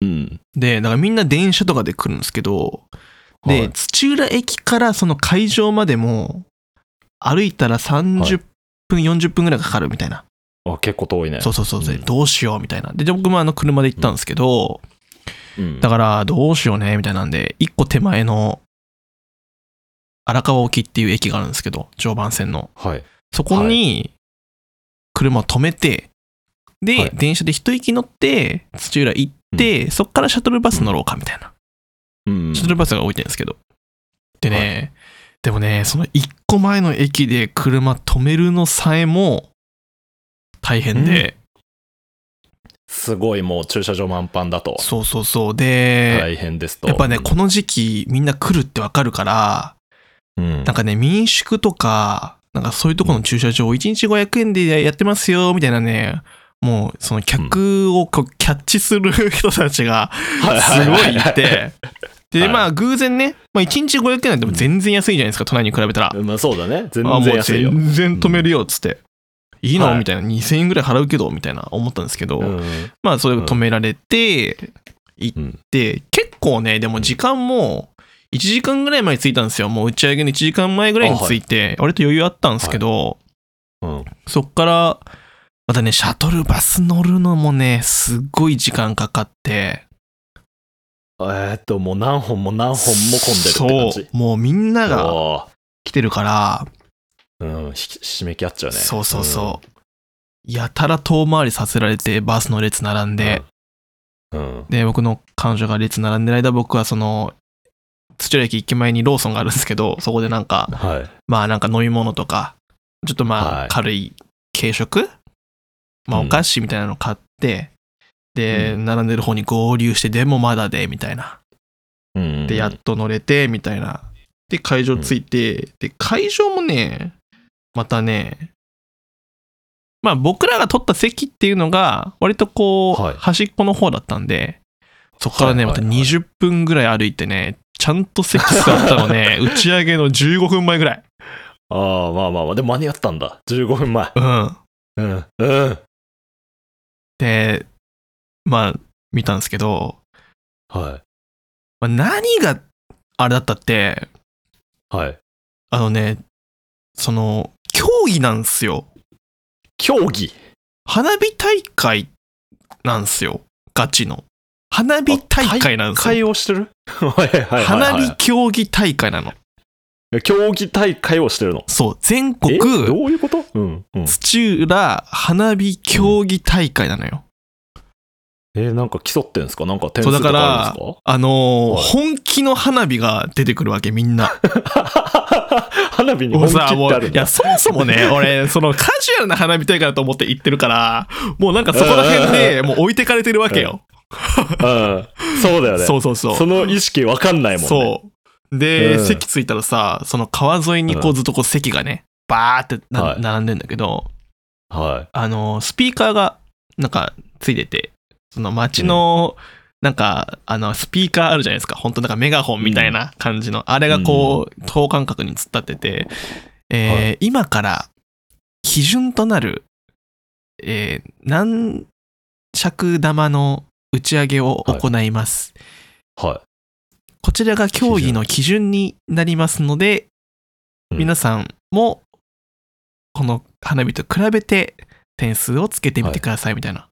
S1: うん。
S2: で、だからみんな電車とかで来るんですけど、
S1: は
S2: で、
S1: い
S2: 土浦駅からその会場までも、歩いたら30分、40分ぐらいかかるみたいな。
S1: あ、結構遠いね。
S2: そうそうそう、で
S1: うん
S2: どうしようみたいな。で、で僕もあの車で行ったんですけど、
S1: うん
S2: だからどうしようねみたいなんで、1個手前の荒川沖っていう駅があるんですけど、常磐線の。
S1: はい。
S2: そこに車を止めて、で、
S1: はい
S2: 電車で一息乗って、土浦行って、そっからシャトルバス乗ろうかみたいな。
S1: うん
S2: シャトルバスが置いてるんですけど。でね、でもね、その一個前の駅で車止めるのさえも大変で、
S1: すごいもう駐車場満帆だと。
S2: そうそうそう。で、
S1: 大変ですと。
S2: やっぱね、この時期みんな来るってわかるから、
S1: うん
S2: なんかね、民宿とか、なんかそういうとこの駐車場を1日500円でやってますよ、みたいなね、もうその客をこうキャッチする人たちが
S1: は
S2: すご
S1: はい
S2: いて、
S1: は
S2: で、
S1: い
S2: まあ偶然ね、まあ1日500円なんても全然安いじゃないですか、都内に比べたら。
S1: (laughs) まあそうだね。全
S2: あも
S1: 然
S2: う
S1: 安いよ。
S2: 全然止めるよっつって、いいの、
S1: はい
S2: みたいな2000円ぐらい払うけどみたいな思ったんですけど、
S1: うん
S2: まあそれを止められて、
S1: うん。
S2: で結構ねでも時間も1時間ぐらい前に着いたんですよもう打ち上げの1時間前ぐらいに着いて、割と余裕あったんですけど、
S1: うん
S2: そっからまたねシャトルバス乗るのもねすっごい時間かかって
S1: えーっと、もう何本も何本も混んでるって感じ
S2: そ。うもうみんなが
S1: おー
S2: 来てるから
S1: うん、ひ締めき合っちゃうね。
S2: そうそうそう、やたら遠回りさせられてバスの列並ん
S1: うん。
S2: で、
S1: うん。
S2: で僕の彼女が列並んでる間僕はその土浦駅行き前にローソンがあるんですけどそこでなんか
S1: はい。
S2: まあなんか飲み物とかちょっとま
S1: は
S2: あ
S1: い
S2: 軽い軽食、まあ
S1: う
S2: お
S1: ん
S2: 菓子みたいなの買って、で
S1: う
S2: 並んでる方に合流してでもまだでみたいな
S1: うん
S2: でやっと乗れてみたいなで会場着いて、で会場もねまたねまあ僕らが取った席っていうのが割とこう、
S1: はい
S2: 端っこの方だったんでそこからね
S1: は
S2: ま
S1: いは
S2: た
S1: いはい
S2: 20分ぐらい歩いてねちゃんと席座ったの
S1: (laughs)
S2: ね打ち上げの15分前ぐらい
S1: ああ、まあまあまあ。でも間に合ったんだ。15分前。
S2: うん
S1: うん。うん。
S2: でまあ見たんですけど、
S1: は
S2: まあ、何があれだったって
S1: い。はい。
S2: あのねその競技なんですよ
S1: 競技。
S2: 花火大会なんすよ。ガチの。花火大会なんですよ。
S1: 会をしてるはいはいはい、
S2: 花
S1: はい。
S2: 火競技大会なの。
S1: 競技大会をしてるの。
S2: そう。全
S1: え
S2: 国
S1: どういうことうん、うん。
S2: 土浦花火競技大会なのよ。
S1: えーなんか競ってんすかなんか点
S2: そ
S1: 数
S2: うだ
S1: と
S2: か
S1: かある
S2: ら
S1: んです、
S2: あのー
S1: はい
S2: 本気の花火が出てくるわけ、みんな。
S1: (laughs) か (laughs) 花火に
S2: もう
S1: 本気っ
S2: さ、も
S1: てあ
S2: う、
S1: るん
S2: いや、
S1: だ。
S2: そもそも
S1: (laughs)
S2: ね、俺、そのカジュアルな花火大会だと思って行ってるから、もうなんかそこら辺で、もう置いてかれてるわけよ。
S1: うん。そうだよね。
S2: そうそうそう。
S1: その意識わかんないもんね。
S2: そう。で、
S1: うん
S2: 席着いたらさ、その川沿いにこ
S1: う
S2: うずっとこう席がね、バーってな、
S1: はい
S2: 並んでんだけど、
S1: は
S2: あの、スピーカーがなんかついてて、その街の、なんか、あの、スピーカーあるじゃないですか。本当なんかメガホンみたいな感じの、あれがこう、等間隔に突っ立ってて、えー
S1: は
S2: 今から基準となる、えー何尺玉の打ち上げを行います。
S1: い。は
S2: こちらが競技の基準になりますので、
S1: うん
S2: 皆さんもこの花火と比べて点数をつけてみてくださいみたいな。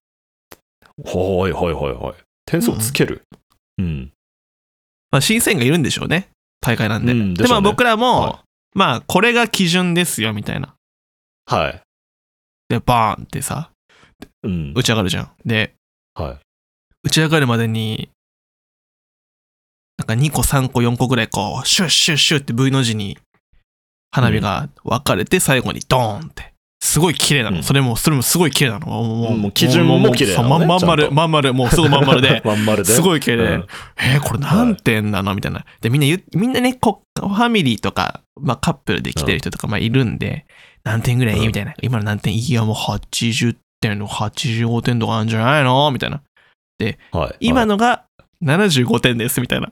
S1: い。はいはいはいはい。点数をつける。うん。
S2: まあ、審査員がいるんでしょうね。大会なんで。
S1: うん
S2: で
S1: でしょ
S2: ま
S1: う
S2: あ
S1: ね
S2: 僕らも、
S1: はい
S2: まあこれが基準ですよみたいな。
S1: はい。
S2: で、バーンってさ、
S1: うん
S2: 打。ち上がるじゃん。で、
S1: はい。
S2: 打ち上がるまでに、なんか2個3個4個ぐらいこう、シュッシュッシュッって V の字に花火が分かれて最後にドーンって。すごい綺麗なの。
S1: うん
S2: それも、それもすごい綺麗なの。もうもう
S1: もう基準ももう綺麗なのね
S2: そうまんまん
S1: ちゃん
S2: 丸、
S1: と。
S2: まん丸、もうすぐまん丸で
S1: (laughs) まん丸で。
S2: す
S1: い。
S2: ごい綺麗
S1: う
S2: で
S1: ん、
S2: えーこれ何点なのみたいな。で、みんな言う、みんなね、こうファミリーとか、まあカップルで来てる人とか、まあいるんで、何点ぐらい
S1: うん
S2: みたいな。今の何点いいや、もう80点の85点とかあるんじゃないのみたいな。
S1: はい、
S2: 今のが75点です、みたいな。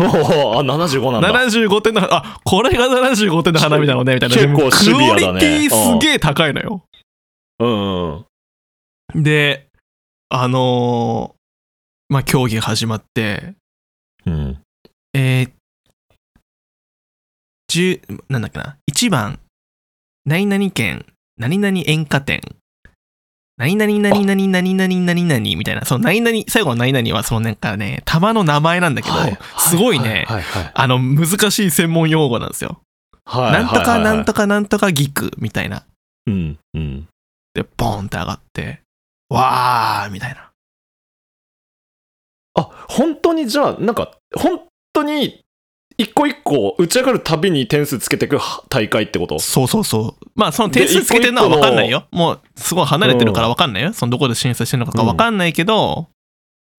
S1: おおあ、75なんだ。
S2: 75点の花、あ、これが75点の花火なのね、みたいな。
S1: 結構シビアだね
S2: クオリティすげえ高いのよ。
S1: うんうん。
S2: で、あのーまあ、競技始まって、
S1: うん。
S2: えー、十なんだっけな、1番、何々県、何々演歌店、何々何々何々何々みたいな、その何々、最後の何々はそのなんかね、玉の名前なんだけど、すごいね、
S1: はいはい。
S2: あの、難しい専門用語なんですよ。
S1: はい
S2: なんとかなんと
S1: か。
S2: かなんとかギクみたいな。
S1: うんうん。
S2: で、ボーンって上がって、わーみたいな。
S1: あ、本当にじゃあ、なんか、本当に、一個一個打ち上がるたびに点数つけていく大会ってこと
S2: そうそうそう。まあ、その点数つけてるのは分かんないよ。もう、すごい離れてるから分かんないよ。そのどこで審査してるのか分かんないけど、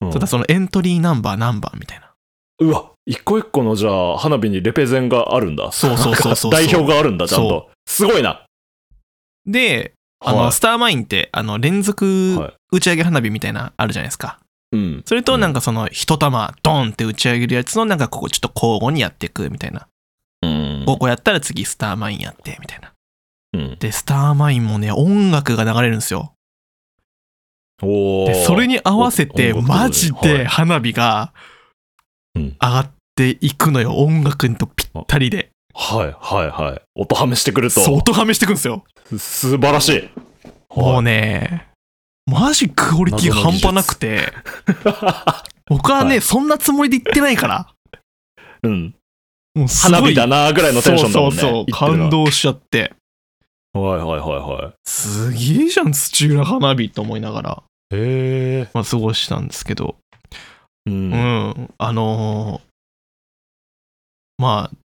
S1: うん
S2: ただそのエントリーナンバー何番みたいな。
S1: うわ、一個一個のじゃあ、花火にレペゼンがあるんだ。
S2: そうそうそうそ
S1: (laughs)
S2: う
S1: 代表があるんだ、ちゃん
S2: そ
S1: と。すごいな。
S2: で、あの、
S1: はい
S2: スターマインって、あの、連続
S1: は
S2: 打ち上げ花火みたいな、あるじゃないですか。
S1: うん。
S2: それと、なんかその、一玉、ドンって打ち上げるやつの、なんかここちょっと交互にやっていくみたいな。
S1: うん。
S2: 5個やったら次、スターマインやって、みたいな。
S1: うん、
S2: で、スターマインもね、音楽が流れるんですよ。
S1: お
S2: で
S1: ー
S2: それに合わせて
S1: お音
S2: マ
S1: 楽
S2: ジ
S1: は
S2: で
S1: い
S2: 花火が
S1: うん
S2: 上がっていくのよ音楽とぴったりで
S1: はいはいはい。音はめしてくると。
S2: そう音はめしてくんですよ
S1: す素晴らしい。
S2: もう
S1: う
S2: ねマジクオリティ半端なくて僕は
S1: は
S2: ね
S1: い
S2: そんなつもりで言ってないから (laughs)
S1: うん。
S2: もうすごい
S1: 花火だなーぐらいのテンションだもんね。
S2: そうそうそう
S1: 言ってるな
S2: 感。動しちゃって
S1: はいはいはいはい。
S2: すげえじゃん土浦花火と思いながら、
S1: へえ。
S2: まあ、過ごしたんですけど
S1: う。
S2: うんん、あのーまあ、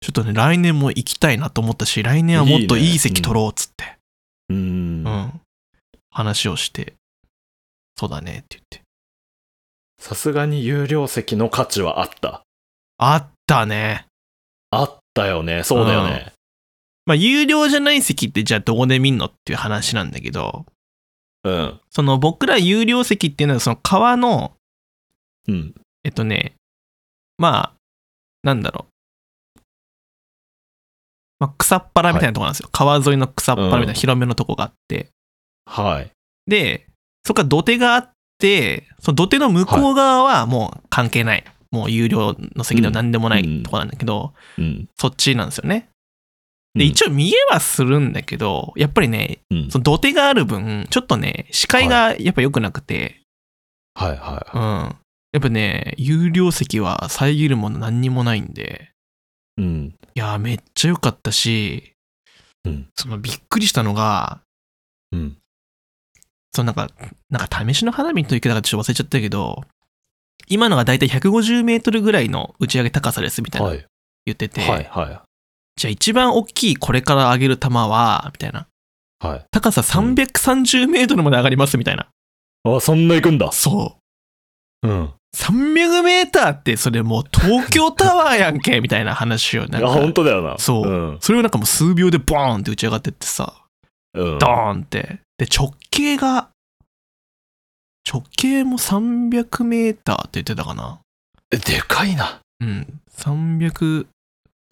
S2: ちょっとね、来年も行きたいなと思ったし、来年はもっと
S1: いいね
S2: いい席取ろうっつって、
S1: うん
S2: うん、話をして、そうだねって言って。
S1: さすがに有料席の価値はあった。
S2: あったね。
S1: あったよね。そうだよね。
S2: まあ、有料じゃない席ってじゃあどこで見んのっていう話なんだけど、
S1: うん。
S2: その僕ら有料席っていうのは、その川の、
S1: うん。
S2: えっとね、まあ、なんだろう。まあ、草っ腹みたいなとこなんですよ。川沿いの草っ腹みたいな広めのとこがあって、
S1: はい。
S2: で、そっから土手があって、その土手の向こう側はもう関係ない。もう有料の席でも何でもな
S1: うん
S2: いとこなんだけど、
S1: うん。
S2: そっちなんですよね。で、一応見えはするんだけど、やっぱりね、
S1: 応、うん
S2: その土手がある分、ちょっとね、視界がやっぱ良くなくて、
S1: はいは
S2: うん。やっぱね、有料席は遮るもの何にもないんで、
S1: い。うん。
S2: いやー、めっちゃ良かったし、
S1: うん
S2: そのびっくりしたのが、
S1: うん。
S2: そのなんか、なんか試しの花火の時だからちょっと忘れちゃったけど、今のがだいたい150メートルぐらいの打ち上げ高さですみたい
S1: は。
S2: ない言ってて、
S1: はいは
S2: じゃあ一番大きいこれから上げる球は、みたいな。
S1: い。はい。
S2: 高さ330メートルまで上がりますみたいな。
S1: あ、そんな行くんだ。
S2: そう。
S1: うん。
S2: 300メーターってそれもう東京タワーやんけ (laughs) みたいな話をな
S1: あ、
S2: んか
S1: 本当だよな。
S2: そ
S1: うん。
S2: それをなんかもう数秒でボーンって打ち上がってってさ、
S1: うん
S2: ドーンって。で、直径が、直径も300メーターって言ってたかな。
S1: えでかいな。
S2: うん、300、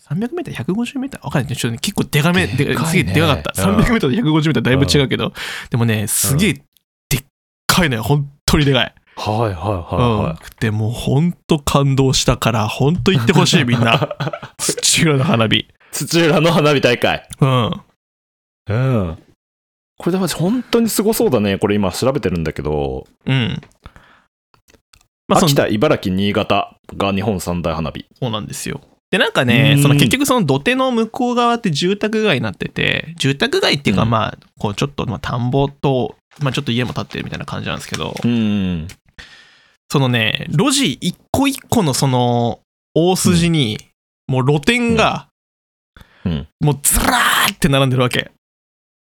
S2: 300メーター、150メーターわかんない。ちょっとね、結構でかめ、
S1: で
S2: で
S1: かいね
S2: すげえでかかった。
S1: うん
S2: 300メーターと150メーターだいぶ違うけど、でもね、すげえでっかいのよ。本当にでかい。
S1: はいはいは
S2: うん。でも、本当感動したから、本当行ってほしい、み
S1: い (laughs)
S2: んな。
S1: はい。
S2: 土浦の花火。
S1: 土浦の花火大会。
S2: うん。
S1: うん。これでも本当にすごそうだね。これ今調べてるんだけど、
S2: うん。まあ、その
S1: 秋
S2: そ
S1: 田、茨城、新潟が日本三大花火。
S2: うなんですよ。で、なんかね
S1: う、ん
S2: その結局その土手の向こう側って住宅街になってて、住宅街っていうか、
S1: うん
S2: まあ、こう、ちょっと、まあ、田んぼと、まあ、ちょっと家も建ってるみたいな感じなんですけど、
S1: うん。
S2: そのね、路地一個一個のその、大筋に、もう露店が、
S1: うん
S2: もうずらーって並んでるわけ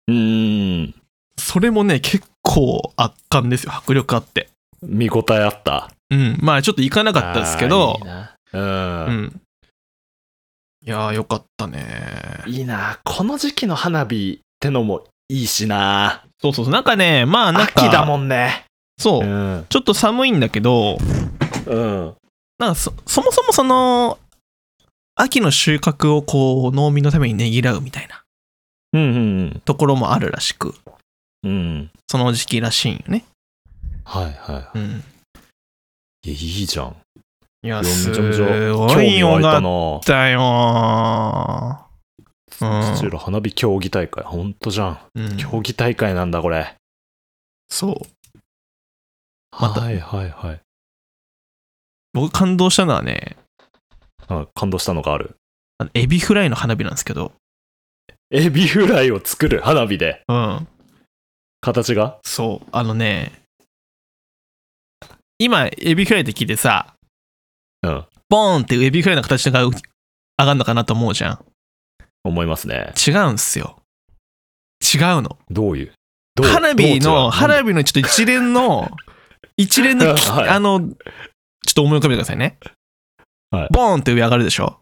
S1: うーん。
S2: それもね結構圧巻ですよ迫力あって
S1: 見応えあった。
S2: うんまあちょっと行かなかったですけど
S1: あーいいな。う。
S2: うんんいやーよかったね
S1: いいな。この時期の花火ってのもいいしな。
S2: そうそうそうなんかねまあなんか
S1: 秋だもんね。
S2: そう、
S1: ん。
S2: ちょっと寒いんだけど
S1: うん。
S2: なんかそそもそもその秋の収穫をこう農民のためにねぎらうみたいな
S1: うんうん
S2: ところもあるらしく
S1: うん。うん。
S2: その時期らしいんよね
S1: はいは
S2: うん
S1: い。いや、いいじゃん。
S2: いや
S1: いや
S2: す
S1: めちゃめちゃ興
S2: ごい
S1: 味
S2: よ
S1: 湧い
S2: か
S1: た
S2: っ
S1: な。
S2: たようん
S1: 土浦花火競技大会、ほんとじゃん。
S2: うん
S1: 競技大会なんだ、これ。
S2: そうまた
S1: はいはいはい。
S2: 僕感動したのはね
S1: あ感動したのがある。
S2: あのエビフライの花火なんですけど
S1: エビフライを作る花火で。
S2: うん
S1: 形が
S2: そうあのね今エビフライって聞いてさ
S1: うん。
S2: ボーンってエビフライの形が上がるのかなと思うじゃん。
S1: 思いますね。
S2: 違うんすよ。違うの。
S1: どういうどう
S2: 花火
S1: どう違う
S2: の、花火のちょっと一連
S1: (laughs)
S2: の、一連のき、
S1: はい
S2: あの、ちょっと思い浮かべてくださいね。
S1: はい
S2: ボーンって上上がるでしょ。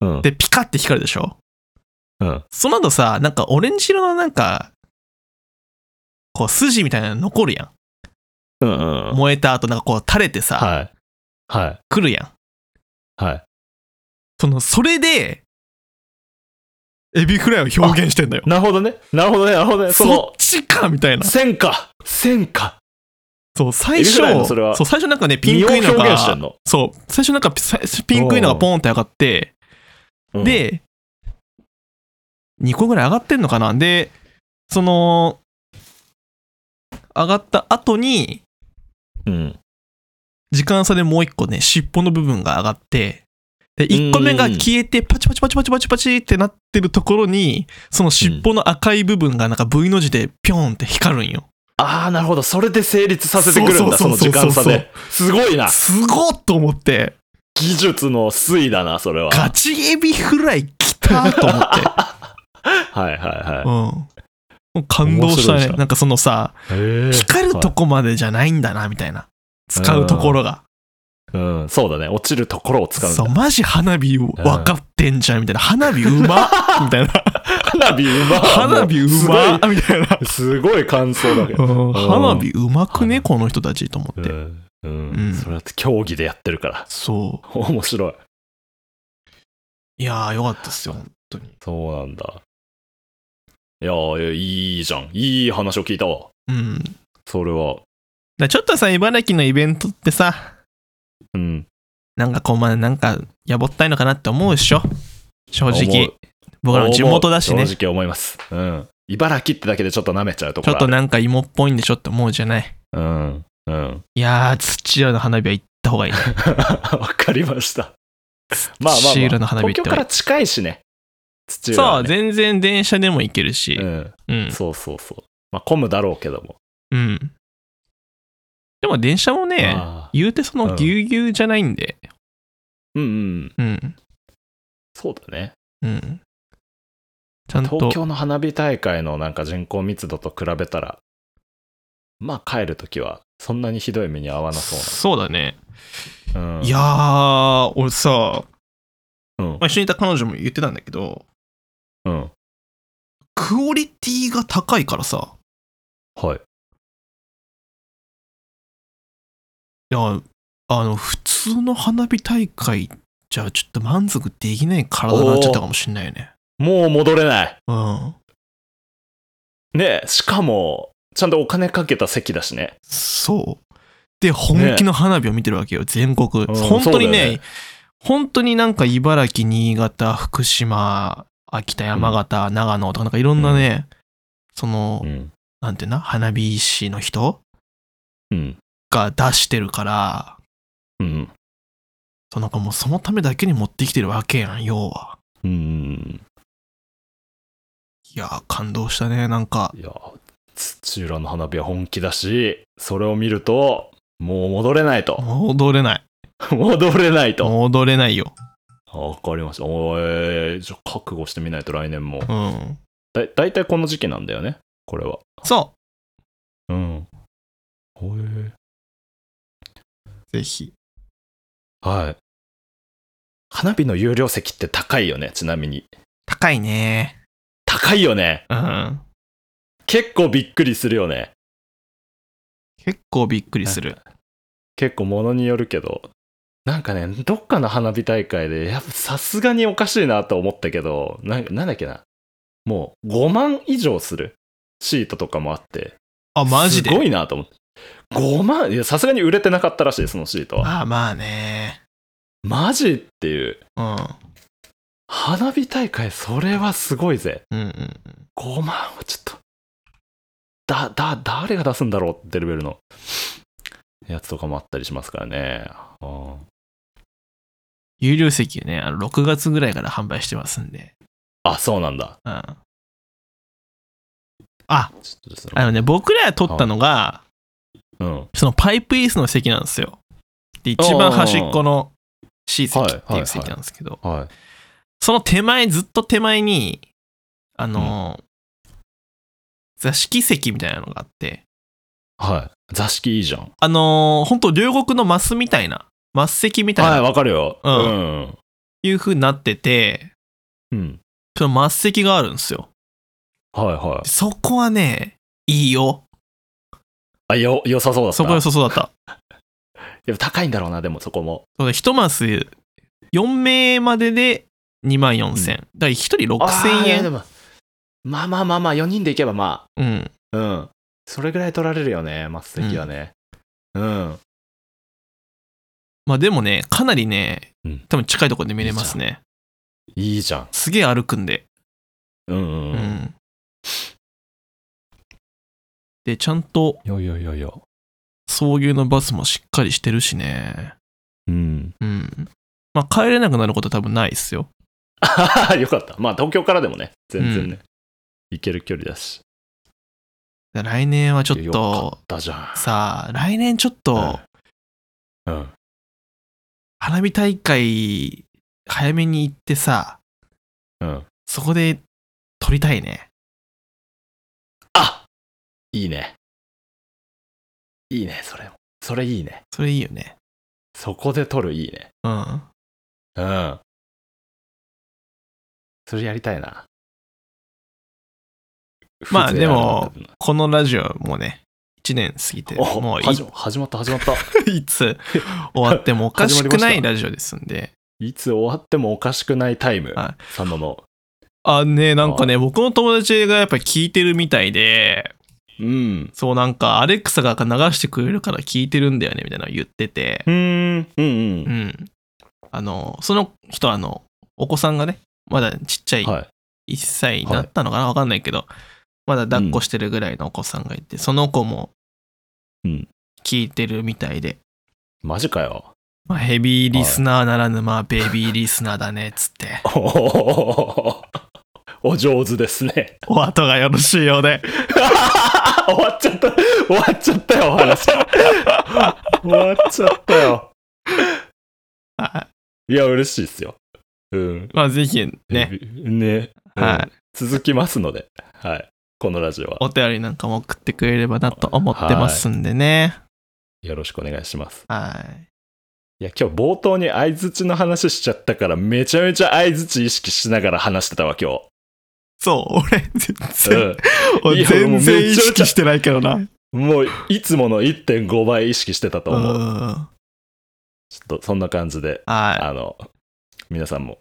S1: うん。
S2: で、ピカって光るでしょ。
S1: うん。
S2: その後さ、なんかオレンジ色のなんか、こう筋みたいなの残るや
S1: うんうん
S2: ん。。燃えた後なんかこう垂れてさ、
S1: はい。はい。
S2: 来るやん。
S1: はい。
S2: その、それで、エビフライを表現してんだよ。
S1: なるほどね。なるほどね。なるほどね。そ
S2: そ
S1: の
S2: っ、ちかみたいな。
S1: 線か。線か。
S2: そう、最初、
S1: エビフライのそれは
S2: そう、最初なんかね、ピンクいの
S1: 身を表現して
S2: が
S1: ん、の。
S2: そう、最初なんかピさピンクいのがポーンって上がって、
S1: うん、
S2: で、2個ぐらい上がってんのかなで、その、上がった後に、
S1: うん。
S2: 時間差でもう1個ね、尻尾の部分が上がって、で、1個目が消えて、パチパチパチパチパチパチってなってるところに、その尻尾の赤い部分がなんか V の字でピョーンって光るんよ。
S1: ああ、なるほど。それで成立させてくるんだ、
S2: そ
S1: そうの
S2: そ
S1: 時
S2: うそうそ
S1: 間
S2: う
S1: 差で。すごいな。
S2: すごっと思って、
S1: 技術の推移だな、それは。
S2: ガチエビフライ来たと思って。
S1: はい (laughs) は
S2: うん。感動した
S1: 面白い
S2: ね。
S1: じゃん
S2: なんかそのさ、
S1: いはい。
S2: 光るとこまでじゃないんだな、みたいな。使うところが。
S1: うん、そうだね。落ちるところを使うん
S2: そう、
S1: だ。
S2: マジ花火分かってんじゃん、みたいな。花火うまみたいな。
S1: (laughs) 花火うま
S2: 花火う (laughs) まみたいな。
S1: すごいすごい感想だけ
S2: う
S1: ど。
S2: ん花火うまくね、
S1: 花
S2: この人たちと思
S1: う
S2: って。
S1: ん。
S2: うん
S1: それは競技でやってるから。 (laughs)
S2: そ
S1: 面白い。
S2: う。いやー、よかったっすよ、本当に。
S1: そうなんだ。いやー、いいじゃん。いい話を聞いたわ。
S2: うん。だか
S1: それは。
S2: らちょっとさ、茨城のイベントってさ、
S1: うん。
S2: なんかこう、まあ、なんか、やぼったいのかなって思うでしょ正
S1: 思う
S2: 直。僕らの地元だしね。
S1: 正直思います。うん。茨城ってだけでちょっと舐めちゃうと
S2: ち
S1: こ
S2: ょ
S1: ろ
S2: っ
S1: ある。
S2: となんか芋っぽいんでしょって思うじゃない。
S1: うん。うん。 (laughs)
S2: いやー、土浦の花火は行った方がいいね。
S1: わかりました。まあまあまあ、
S2: 土浦の花火行
S1: 東
S2: っ
S1: 京
S2: た方
S1: か
S2: がい
S1: ら
S2: い。
S1: 近いしね。土浦
S2: そ
S1: は
S2: う、
S1: ね、
S2: 全然電車でも行けるし。
S1: うん。
S2: うん。
S1: そうそうそう。まあ、混むだろうけども。
S2: うん。でも電車もね、
S1: ああ
S2: 言うてそのぎゅうぎゅうじゃないんで。
S1: うんうん。
S2: うん。
S1: そうだね。
S2: うん。ちゃん
S1: 東
S2: と、
S1: 京の花火大会のなんか人口密度と比べたら、まあ帰るときはそんなにひどい目に遭わなそ
S2: そうだね。
S1: うな。うん、
S2: いやー、俺さ、
S1: うん
S2: まあ、一緒にいた彼女も言ってたんだけど、
S1: うん。
S2: クオリティが高いからさ、
S1: はい。
S2: いや、あの、普通の花火大会じゃちょっと満足できない体になっちゃったかもしんないよね。
S1: もう戻れない。
S2: うん。
S1: ねえ、しかも、ちゃんとお金かけた席だしね。
S2: そう。で、本気の花火を見てるわけよ、全国。
S1: うん
S2: 本当に
S1: そうだよ
S2: ね
S1: ね
S2: 本当になんか茨城、新潟、福島、秋田、山形、長野とか、なんかいろんなね、その、
S1: うん。
S2: なんていうな、花火師の人
S1: うん。
S2: が出してるから、
S1: うん。
S2: そうなんかもうそのためだけに持ってきてるわけやん、要は。
S1: うん。
S2: いやー、感動したね、なんか。
S1: いや、土浦の花火は本気だし、それを見ると、もう戻れないと。
S2: 戻れない。
S1: (laughs) 戻れないと。
S2: 戻れないよ。
S1: あわかりました。おーえーじゃあ覚悟してみないと来年も。
S2: うん。
S1: だだいたいこの時期なんだよね、これは。
S2: そ
S1: うん。へえ
S2: う。ぜひ。
S1: はい。花火の有料席って高いよね、ちなみに。
S2: 高いね。
S1: 高いよね。
S2: うん。
S1: 結構びっくりするよね。
S2: 結構びっくりする。
S1: 結構ものによるけど。なんかね、どっかの花火大会で、やっぱさすがにおかしいなと思ったけど、なんなんだっけな。もう5万以上するシートとかもあって。
S2: あ、マジです
S1: ごいなと思って。5万いや、さすがに売れてなかったらしい、そのシートは。
S2: あ、まあね。
S1: マジっていう。
S2: うん。
S1: 花火大会、それはすごいぜ。
S2: うんうんうん。
S1: 5万はちょっと、だ、だ、誰が出すんだろうってレベルのやつとかもあったりしますからね。うん
S2: 有料席ね、あの6月ぐらいから販売してますんで。
S1: あ、そうなんだ。
S2: うん。あ、
S1: ちょっとです
S2: あ
S1: ね。
S2: のね、僕らが取ったのが、
S1: うん。はい
S2: そのパイプ椅子の席なんですよ。で、一番端っこの C 席っていう席なんですけど、。
S1: あ
S2: その手前、ずっと手前に、あのー、座敷席みたいなのがあって、
S1: はい。座敷いいじゃん。
S2: あのー、本当両国のマスみたいな、マス席みた
S1: はい、
S2: いな、
S1: わかるよ。
S2: う
S1: うんん。
S2: いう風になってて、
S1: うん。
S2: そのマス席があるんですよ。
S1: はいはい。
S2: そこはね、いいよ。
S1: あ、よ、良さそうだった。
S2: そこ良さそうだった。
S1: でも高いんだろうな、でもそこも。
S2: そうだ1マス4名までで2万4000。だから1人
S1: あー
S2: 6000
S1: いやで
S2: 円。
S1: もまあまあまあまあ、4人で行けばま
S2: うん。
S1: あ、うん。それぐらい取られるよね、マス席はね。うん。
S2: まあでもね、かなりね
S1: うん、
S2: 多分近いところで見れますね。
S1: いいじゃん。
S2: すげえ歩くんで。
S1: うんうん
S2: う
S1: うん。
S2: ん。で、ちゃんと
S1: よいよいよいよ。
S2: 送迎のバスもしっかりしてるしね。
S1: うん。 (laughs)
S2: うん。まあ帰れなくなることは多分ないっすよ。
S1: よかった。まあ、東京からでもね、全然ね、行ける距離だし。
S2: で来年はちょっ
S1: よ
S2: と
S1: か、ったじゃん。
S2: さあ、来年ちょっと
S1: うん。うん
S2: 花火大会早めに行ってさ、
S1: うん。
S2: そこで撮りたいね。
S1: あいいね。いいね、それも。それいいね。
S2: それいいよね。
S1: そこで撮るいいね。
S2: うん。
S1: うん。それやりたいな。
S2: まあでも
S1: 風情
S2: このラジオもね、1年過ぎて、
S1: あるな、お
S2: もうい
S1: 始ま始まった、始ま
S2: (laughs)
S1: った。
S2: いつ終わってもおかしく
S1: 始ま
S2: な
S1: りま
S2: い
S1: した
S2: ラジオですんで。
S1: いつ終わってもおかしくないタイム
S2: は。
S1: 佐野の。
S2: あ、ね、なんかね、僕の友達がやっぱ聞いてるみたいで、
S1: うん。
S2: そうなんか、アレクサが流してくれるから聞いてるんだよね、みたいなの言ってて
S1: う、ん。うんうん
S2: う。ん。あの、その人はあの、お子さんがね、まだちっちゃい、
S1: はい。
S2: 1歳になったのかなわかんないけど、まだ抱っこしてるぐらいのお子さんがいて、その子も
S1: うん
S2: 聞いてるみたいで、
S1: マジかよ。 (laughs)
S2: まあ、ヘビーリスナーならぬ、まあ、ベビーリスナーだね、っつって。 (laughs)
S1: おお上手ですね。 (laughs)
S2: お後がよろしいようで。
S1: 終わっちゃった。終わっちゃったよ、お
S2: (laughs)
S1: 話。終わっちゃったよ。
S2: はい
S1: や、嬉しいっすよ。うん。
S2: いまあ、ぜひね、
S1: ね。うん
S2: はい、
S1: 続きますので、はい。このラジオは
S2: お便りなんかも送ってくれればなと思ってますんでね。
S1: よろしくお願いします。
S2: はい。
S1: いや、今日冒頭に相づちの話しちゃったから、めちゃめちゃ相づち意識しながら話してたわ、今
S2: そう、俺、全
S1: 日。
S2: 然、俺
S1: いや俺も
S2: 全
S1: めちゃめち
S2: 然
S1: ゃ
S2: 意識してないけどな。
S1: うん。もう、いつもの1.5倍意識してた (laughs) と
S2: うん。
S1: 思う。
S2: は
S1: ちょっと、そんな感じで、
S2: い。は
S1: あの、皆さんも、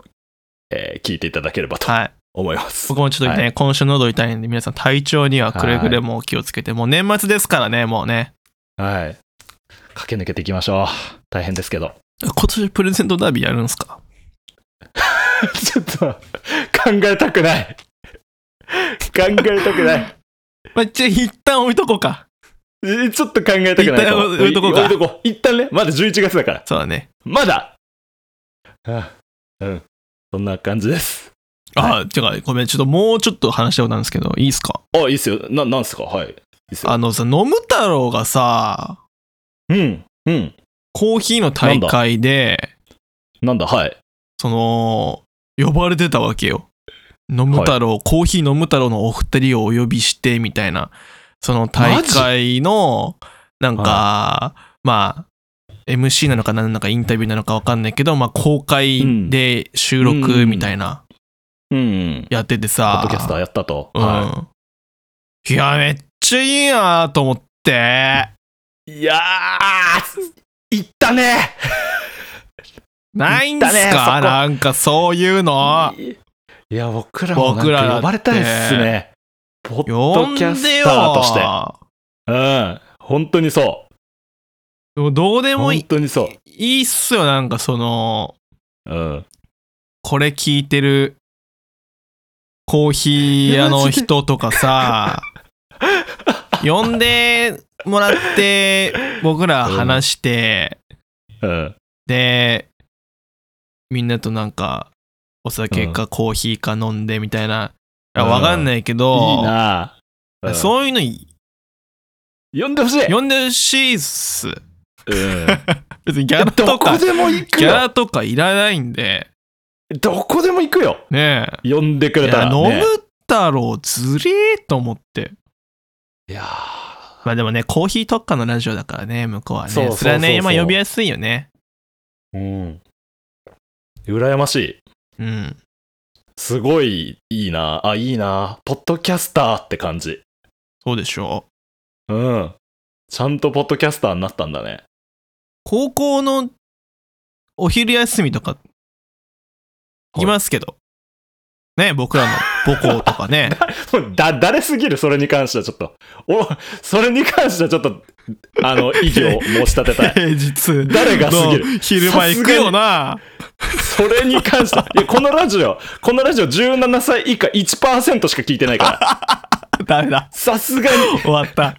S1: えー聞いていただければと
S2: い。
S1: 思います。
S2: 僕もちょっとね、
S1: は
S2: 今週喉痛いんで、皆さん体調にはくれぐれもお気をつけて、もう年末ですからね、もうね。
S1: はい。駆け抜けていきましょう。大変ですけ
S2: (laughs)
S1: ど。
S2: 今年プレゼントダービーやるんすか
S1: ちょっと、考えたくない。考えたくない。
S2: まあ、じゃあ一旦置いとこうか。
S1: えちょっと考えたくないかも。
S2: 一旦置いとこうか
S1: 置いとこう一旦ね、まだ11月だから。
S2: そうだね。
S1: まだあうん。そんな感じです。
S2: あ、てか、ごめん、ちょっともうちょっと話したことあるんですけど、いいっすか
S1: あ、いいっすよ。な、なんすかはい。いいっすよ。
S2: あのさ、飲む太郎がさ、
S1: うん。うん。
S2: コーヒーの大会で、
S1: なんだはい。
S2: その、呼ばれてたわけよ。飲む太郎、コーヒー飲む太郎のお二人をお呼びして、みたいな、その大会の、なんか、まあ、MC なのかなんだかインタビューなのかわかんないけど、まあ、公開で収録みたいな、
S1: うん。
S2: やってて
S1: ポ
S2: さ、
S1: ッドキャスターやったと。は
S2: うん。いや、めっちゃいいなと思って。
S1: い。いやー、いったね
S2: ないんすか、
S1: 行ったねそこ
S2: なんかそういうの。
S1: いや、僕らもなん
S2: 僕らだ
S1: か
S2: って
S1: 呼ばれたいっすね。ポッ
S2: 呼
S1: ド
S2: ん
S1: キャ
S2: で
S1: ス
S2: よ
S1: ターとして。うん。本当にそ
S2: でもどうで
S1: う。
S2: も
S1: 本
S2: いい
S1: 当にそ
S2: いいっすよ、なんかその、
S1: う。うん。
S2: これ聞いてるコーヒー屋の人とか (laughs) さ、呼んでもらって、僕ら話して、
S1: うん。
S2: で、みんなとなんか、お酒かコーヒーか飲んでみたいな、いや
S1: うん
S2: わかんないけど、
S1: いいなうん
S2: そういうのい
S1: 呼んでほしい。
S2: 呼んでほしいっす。
S1: うん。
S2: 別にギャラと
S1: どこ
S2: か、ギ
S1: でも行く
S2: ャ
S1: よ。
S2: ラとかいらないんで、
S1: どこでも行くよ。
S2: ねえ。
S1: 呼んでくれたら、ね。
S2: いや飲む太郎ずりーと思って
S1: いやー
S2: まあでもねコーヒー特化のラジオだからね向こうはね
S1: そうそうそうそう
S2: れはね今呼びやすいよね
S1: うん。羨ましい。
S2: うん
S1: すごいいいな。あ、いいな。ポッドキャスターって感じ。
S2: そうでしょう
S1: うん。ちゃんとポッドキャスターになったんだね。 (laughs)
S2: 高校のお昼休みとか
S1: い
S2: 行きますけど、ね僕らの母校と
S1: (laughs)
S2: かね
S1: もうだ、だれすぎる、それに関してはちょっと。お、それに関してはちょっと、あの、意義を申し立てたい。
S2: (laughs) 平日
S1: 誰がすぎる
S2: の昼間行くよな
S1: それに関しては。いや、このラジオ、このラジオ17歳以下1%しか聞いてないから。
S2: ダメだ
S1: さすがに。
S2: 終わった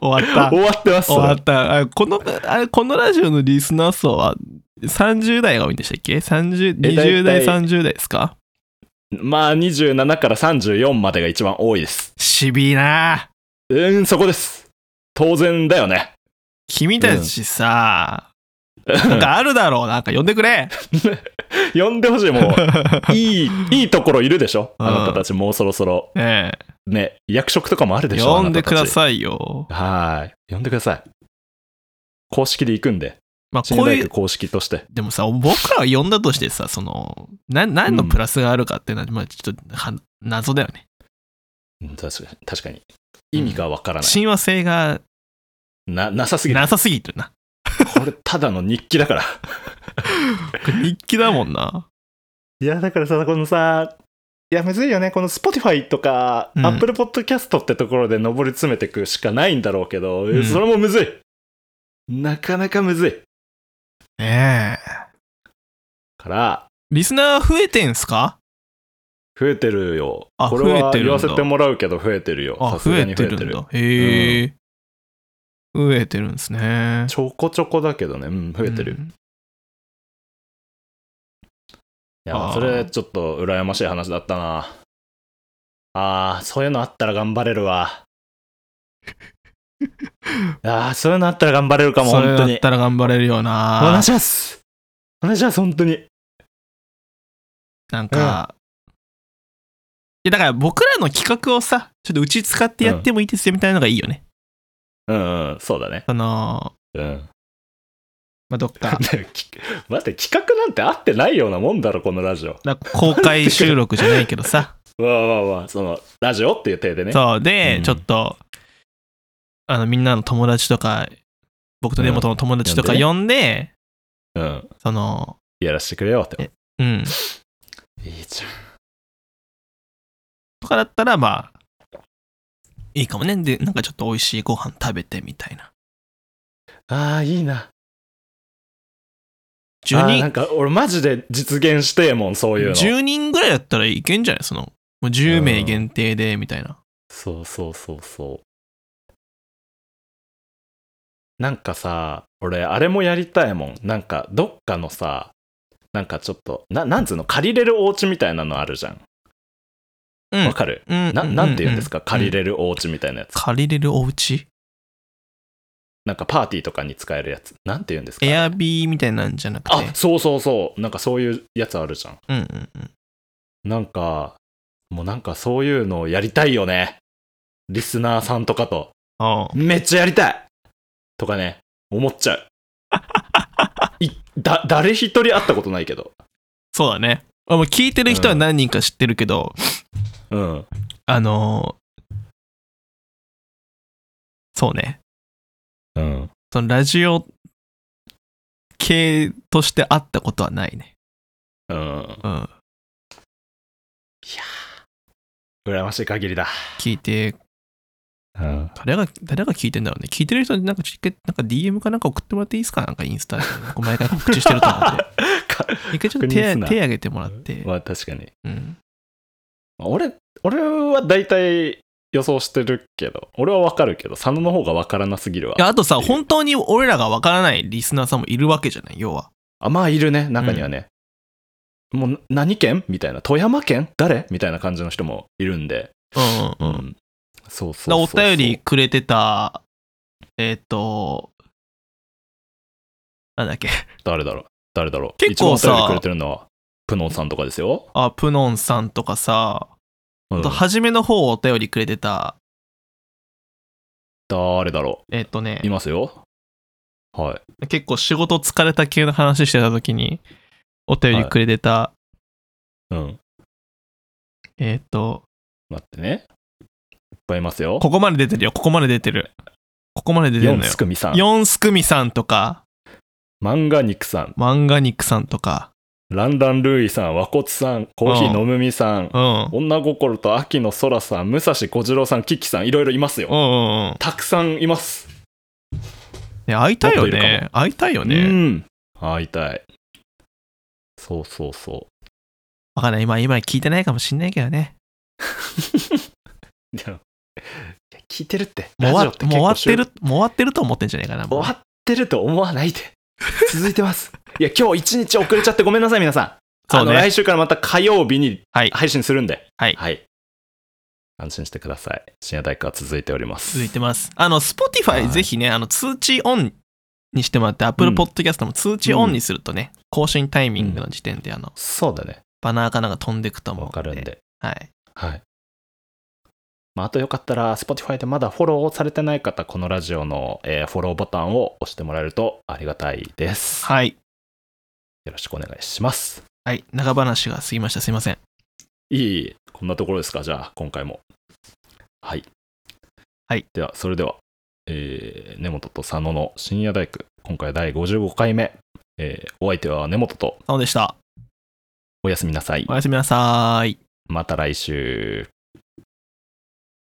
S2: 終わっ
S1: (laughs)
S2: た
S1: 終わってます。
S2: 終わったあこのあれこのラジオのリスナー層は30代が多いんでしたっけ ?30
S1: え大体
S2: 20代30代ですか
S1: まあ、27から34までが一番多いです。
S2: しびいな
S1: うーん、そこです。当然だよね。
S2: 君たちさ、なんかあるだろうなんか呼んでくれ
S1: 呼んでほしい、も (laughs) う。いい、いいところいるでしょ
S2: うん
S1: あなたたちもうそろそろ。
S2: (laughs) ね
S1: ね、役職とかもある
S2: え
S1: でしょ
S2: 呼んでくだ
S1: い。
S2: さいよ
S1: はーい。呼んでください。公式で行くんで。
S2: まあ
S1: 新
S2: こう
S1: 大
S2: い
S1: 学
S2: う
S1: 公式として。
S2: でもさ僕らは呼んだとしてさそのな何のプラスがあるかっていうのは、まあ、ちょっとは謎だよね
S1: うん確かに。確かに。意味がわからない。
S2: 親和性が
S1: な、なさすぎる。
S2: なさすぎ
S1: (laughs)
S2: るな
S1: これ、ただの日記だから。
S2: 日記だもんない
S1: や、だからさ、このさ、いや、むずいよね。この Spotify とか、
S2: うん
S1: Apple Podcast ってところで上り詰めていくしかないんだろうけど、
S2: うん
S1: それもむずい。なかなかむずい。
S2: ねえ
S1: から、
S2: リスナー増えてんすか
S1: 増えてるよ。
S2: あ
S1: これ
S2: 増
S1: は
S2: えてる
S1: 言
S2: んだ
S1: わせてもらうけど、増えてるよ。
S2: あ、
S1: さす
S2: 増
S1: が
S2: え
S1: に
S2: てるんだ。へえ、増えてるんですね。
S1: ちょこちょこだけどね、うん、増えてる。
S2: う
S1: い
S2: んあ
S1: や、
S2: ー
S1: それちょっと羨ましい話だったな。あー、そういうのあったら頑張れる
S2: (laughs)
S1: わ。あー、そういうのあったら頑張れるかも、
S2: それ
S1: 本当
S2: だ
S1: に
S2: っ。たら頑張れるよ
S1: お願。
S2: ない
S1: します。お願いします、本当に。
S2: なんか、いやだから僕らの企画をさ、ちょっとうち使ってやってもいいですよみたいなのがいいよね。
S1: うんうん、そうだね。
S2: その、
S1: うん。 (laughs)
S2: まあ、どっか、
S1: き待って、企画なんて合ってないようなもんだろ、このラジオ。
S2: なんか公開収録じゃないけどさ。
S1: わあわあわあ、その、ラジオっていう体 (laughs) でね。
S2: そう、で、
S1: うん
S2: ちょっと、あの、みんなの友達とか、僕と根本の友達とか
S1: うん
S2: 呼んで、
S1: うん。
S2: その、
S1: やらしてくれよって。
S2: うん。
S1: いいじゃ。
S2: とかだったらまあいいかもねでなんかちょっと美味しいご飯食べてみたいなん
S1: ああ、いいな。あーなん
S2: 12
S1: か、俺マジで実現してえもん、そういうの。
S2: 10人ぐらいだったらいけんじゃないそのもう10名限定でみたいな
S1: そうそうそうそう。なんかさ、俺、あれもやりたいもん。なんか、どっかのさ、なんかちょっと、ななんつうの、借りれるお家みたいなのあるじゃん。
S2: うん
S1: わかる、
S2: うん
S1: ななんて言うんですか、借り
S2: れ
S1: れるお家みたいなやつ。
S2: 借りれるお家
S1: なんかパーティーとかに使えるやつ。なんて言うんですか
S2: エアビーみたいなんじゃなくて。
S1: あ、そうそうそう。なんかそういうやつあるじゃん。
S2: うんうんうん。
S1: なんか、もうなんかそういうのをやりたいよね。リスナーさんとかと。
S2: ああ
S1: めっちゃやりたいとかね、思っちゃう。いだ、誰一人会ったことないけど。
S2: そうだね。あもう聞いてる人は何人か知ってるけど、
S1: うん。
S2: あのーそうね。
S1: うん。
S2: そのラジオ系として会ったことはないね。
S1: うん。
S2: うん。
S1: 羨ましい限りだ。
S2: 聞いて、
S1: うん。
S2: 誰が、誰が聞いてんだろうね。聞いてる人になんかチケなんか DM かなんか送ってもらっていいですかなんかインスタで。こう毎回告知してると思うん
S1: (laughs)
S2: で。
S1: (laughs) か
S2: 一回ちょっと
S1: 確認
S2: 手
S1: すな
S2: 手挙げてもらって。
S1: まあ確かに。
S2: うん。
S1: 俺、俺は大体予想してるけど、俺はわかるけど、佐野の方がわからなすぎるわ
S2: いや。あとさ、本当に俺らがわからないリスナーさんもいるわけじゃない、要は。
S1: あ、まあいるね、中にはね。もうな何県みたいな。富山県誰みたいな感じの人もいるんで。
S2: うんうんうん。
S1: ん。そうそう
S2: だ
S1: そう
S2: お
S1: そう
S2: 便り。くれてた、えっ、と、なんだっけ。
S1: 誰だろう誰だろう
S2: 結構さ
S1: 一番お便りくれてるのは、プノンさんとかですよ。
S2: あ、プノンさんとかさ、
S1: うん
S2: あと初めの方お便りくれてた、
S1: 誰だろ
S2: えっ、とね
S1: うい、ますよ。はい。
S2: 結構仕事疲れた系の話してた時に、お便りくれてた、
S1: うん。
S2: えっ、と、
S1: 待ってね。いっぱいいますよ。
S2: ここまで出てるよ、ここまで出てる。ここまで出てる
S1: 四
S2: のよ
S1: つ。くみさん。
S2: 四すくみさんとか、
S1: 漫画肉さん。
S2: 漫画肉さんとか、
S1: ランダンルーイさん。和骨さん。コーヒー飲むみさん。
S2: うん。
S1: 女心と秋の空さん。武蔵小次郎さん。キキさん。いろいろいます
S2: うんう
S1: よ。
S2: んうん。
S1: たくさんいます。
S2: ね、会いたいよ
S1: もっといるか
S2: ね。会いたいよ
S1: う
S2: ね。
S1: ん。会いたい。そうそうそ
S2: わかんない。今、今聞いてないかもしんないけどね。
S1: う。い (laughs) や、聞いてるって。
S2: も
S1: ラ
S2: う終わ
S1: ジオ
S2: もう
S1: 結
S2: 終
S1: 構
S2: わってる、もう終わってると思ってんじゃないかな。もう
S1: 終わってると思わないで。続いてます。 (laughs) いや、今日一日遅れちゃってごめんなさい、皆さん。
S2: そう
S1: あの、
S2: ね
S1: 来。週からまた火曜日に
S2: はい
S1: 配信するんで。
S2: はい
S1: 安心してください。深夜大会は続いております。
S2: 続いてます。あの、
S1: は
S2: Spotify
S1: い
S2: ぜひね、あの、通知オンにしてもらって、Apple
S1: うん
S2: Podcast も通知オンにするとね、更新タイミングの時点で、あの、
S1: そうだね。
S2: バナーかなんか飛んでくと思
S1: わ
S2: うので。
S1: かるんで。
S2: はい。
S1: はい。まあ、あとよかったら、Spotify でまだフォローされてない方、このラジオの、えーフォローボタンを押してもらえるとありがたいです。
S2: はい。
S1: よろしくお願いします。
S2: はい。長話が過ぎました。すいません。
S1: いい、こんなところですか、じゃあ、今回も。はい。
S2: はい。
S1: では、それでは、えー根本と佐野の深夜大工、今回第55回目。えーお相手は根本と
S2: そうでした。
S1: おやすみなさい
S2: お。やすみなさーい。
S1: また来週。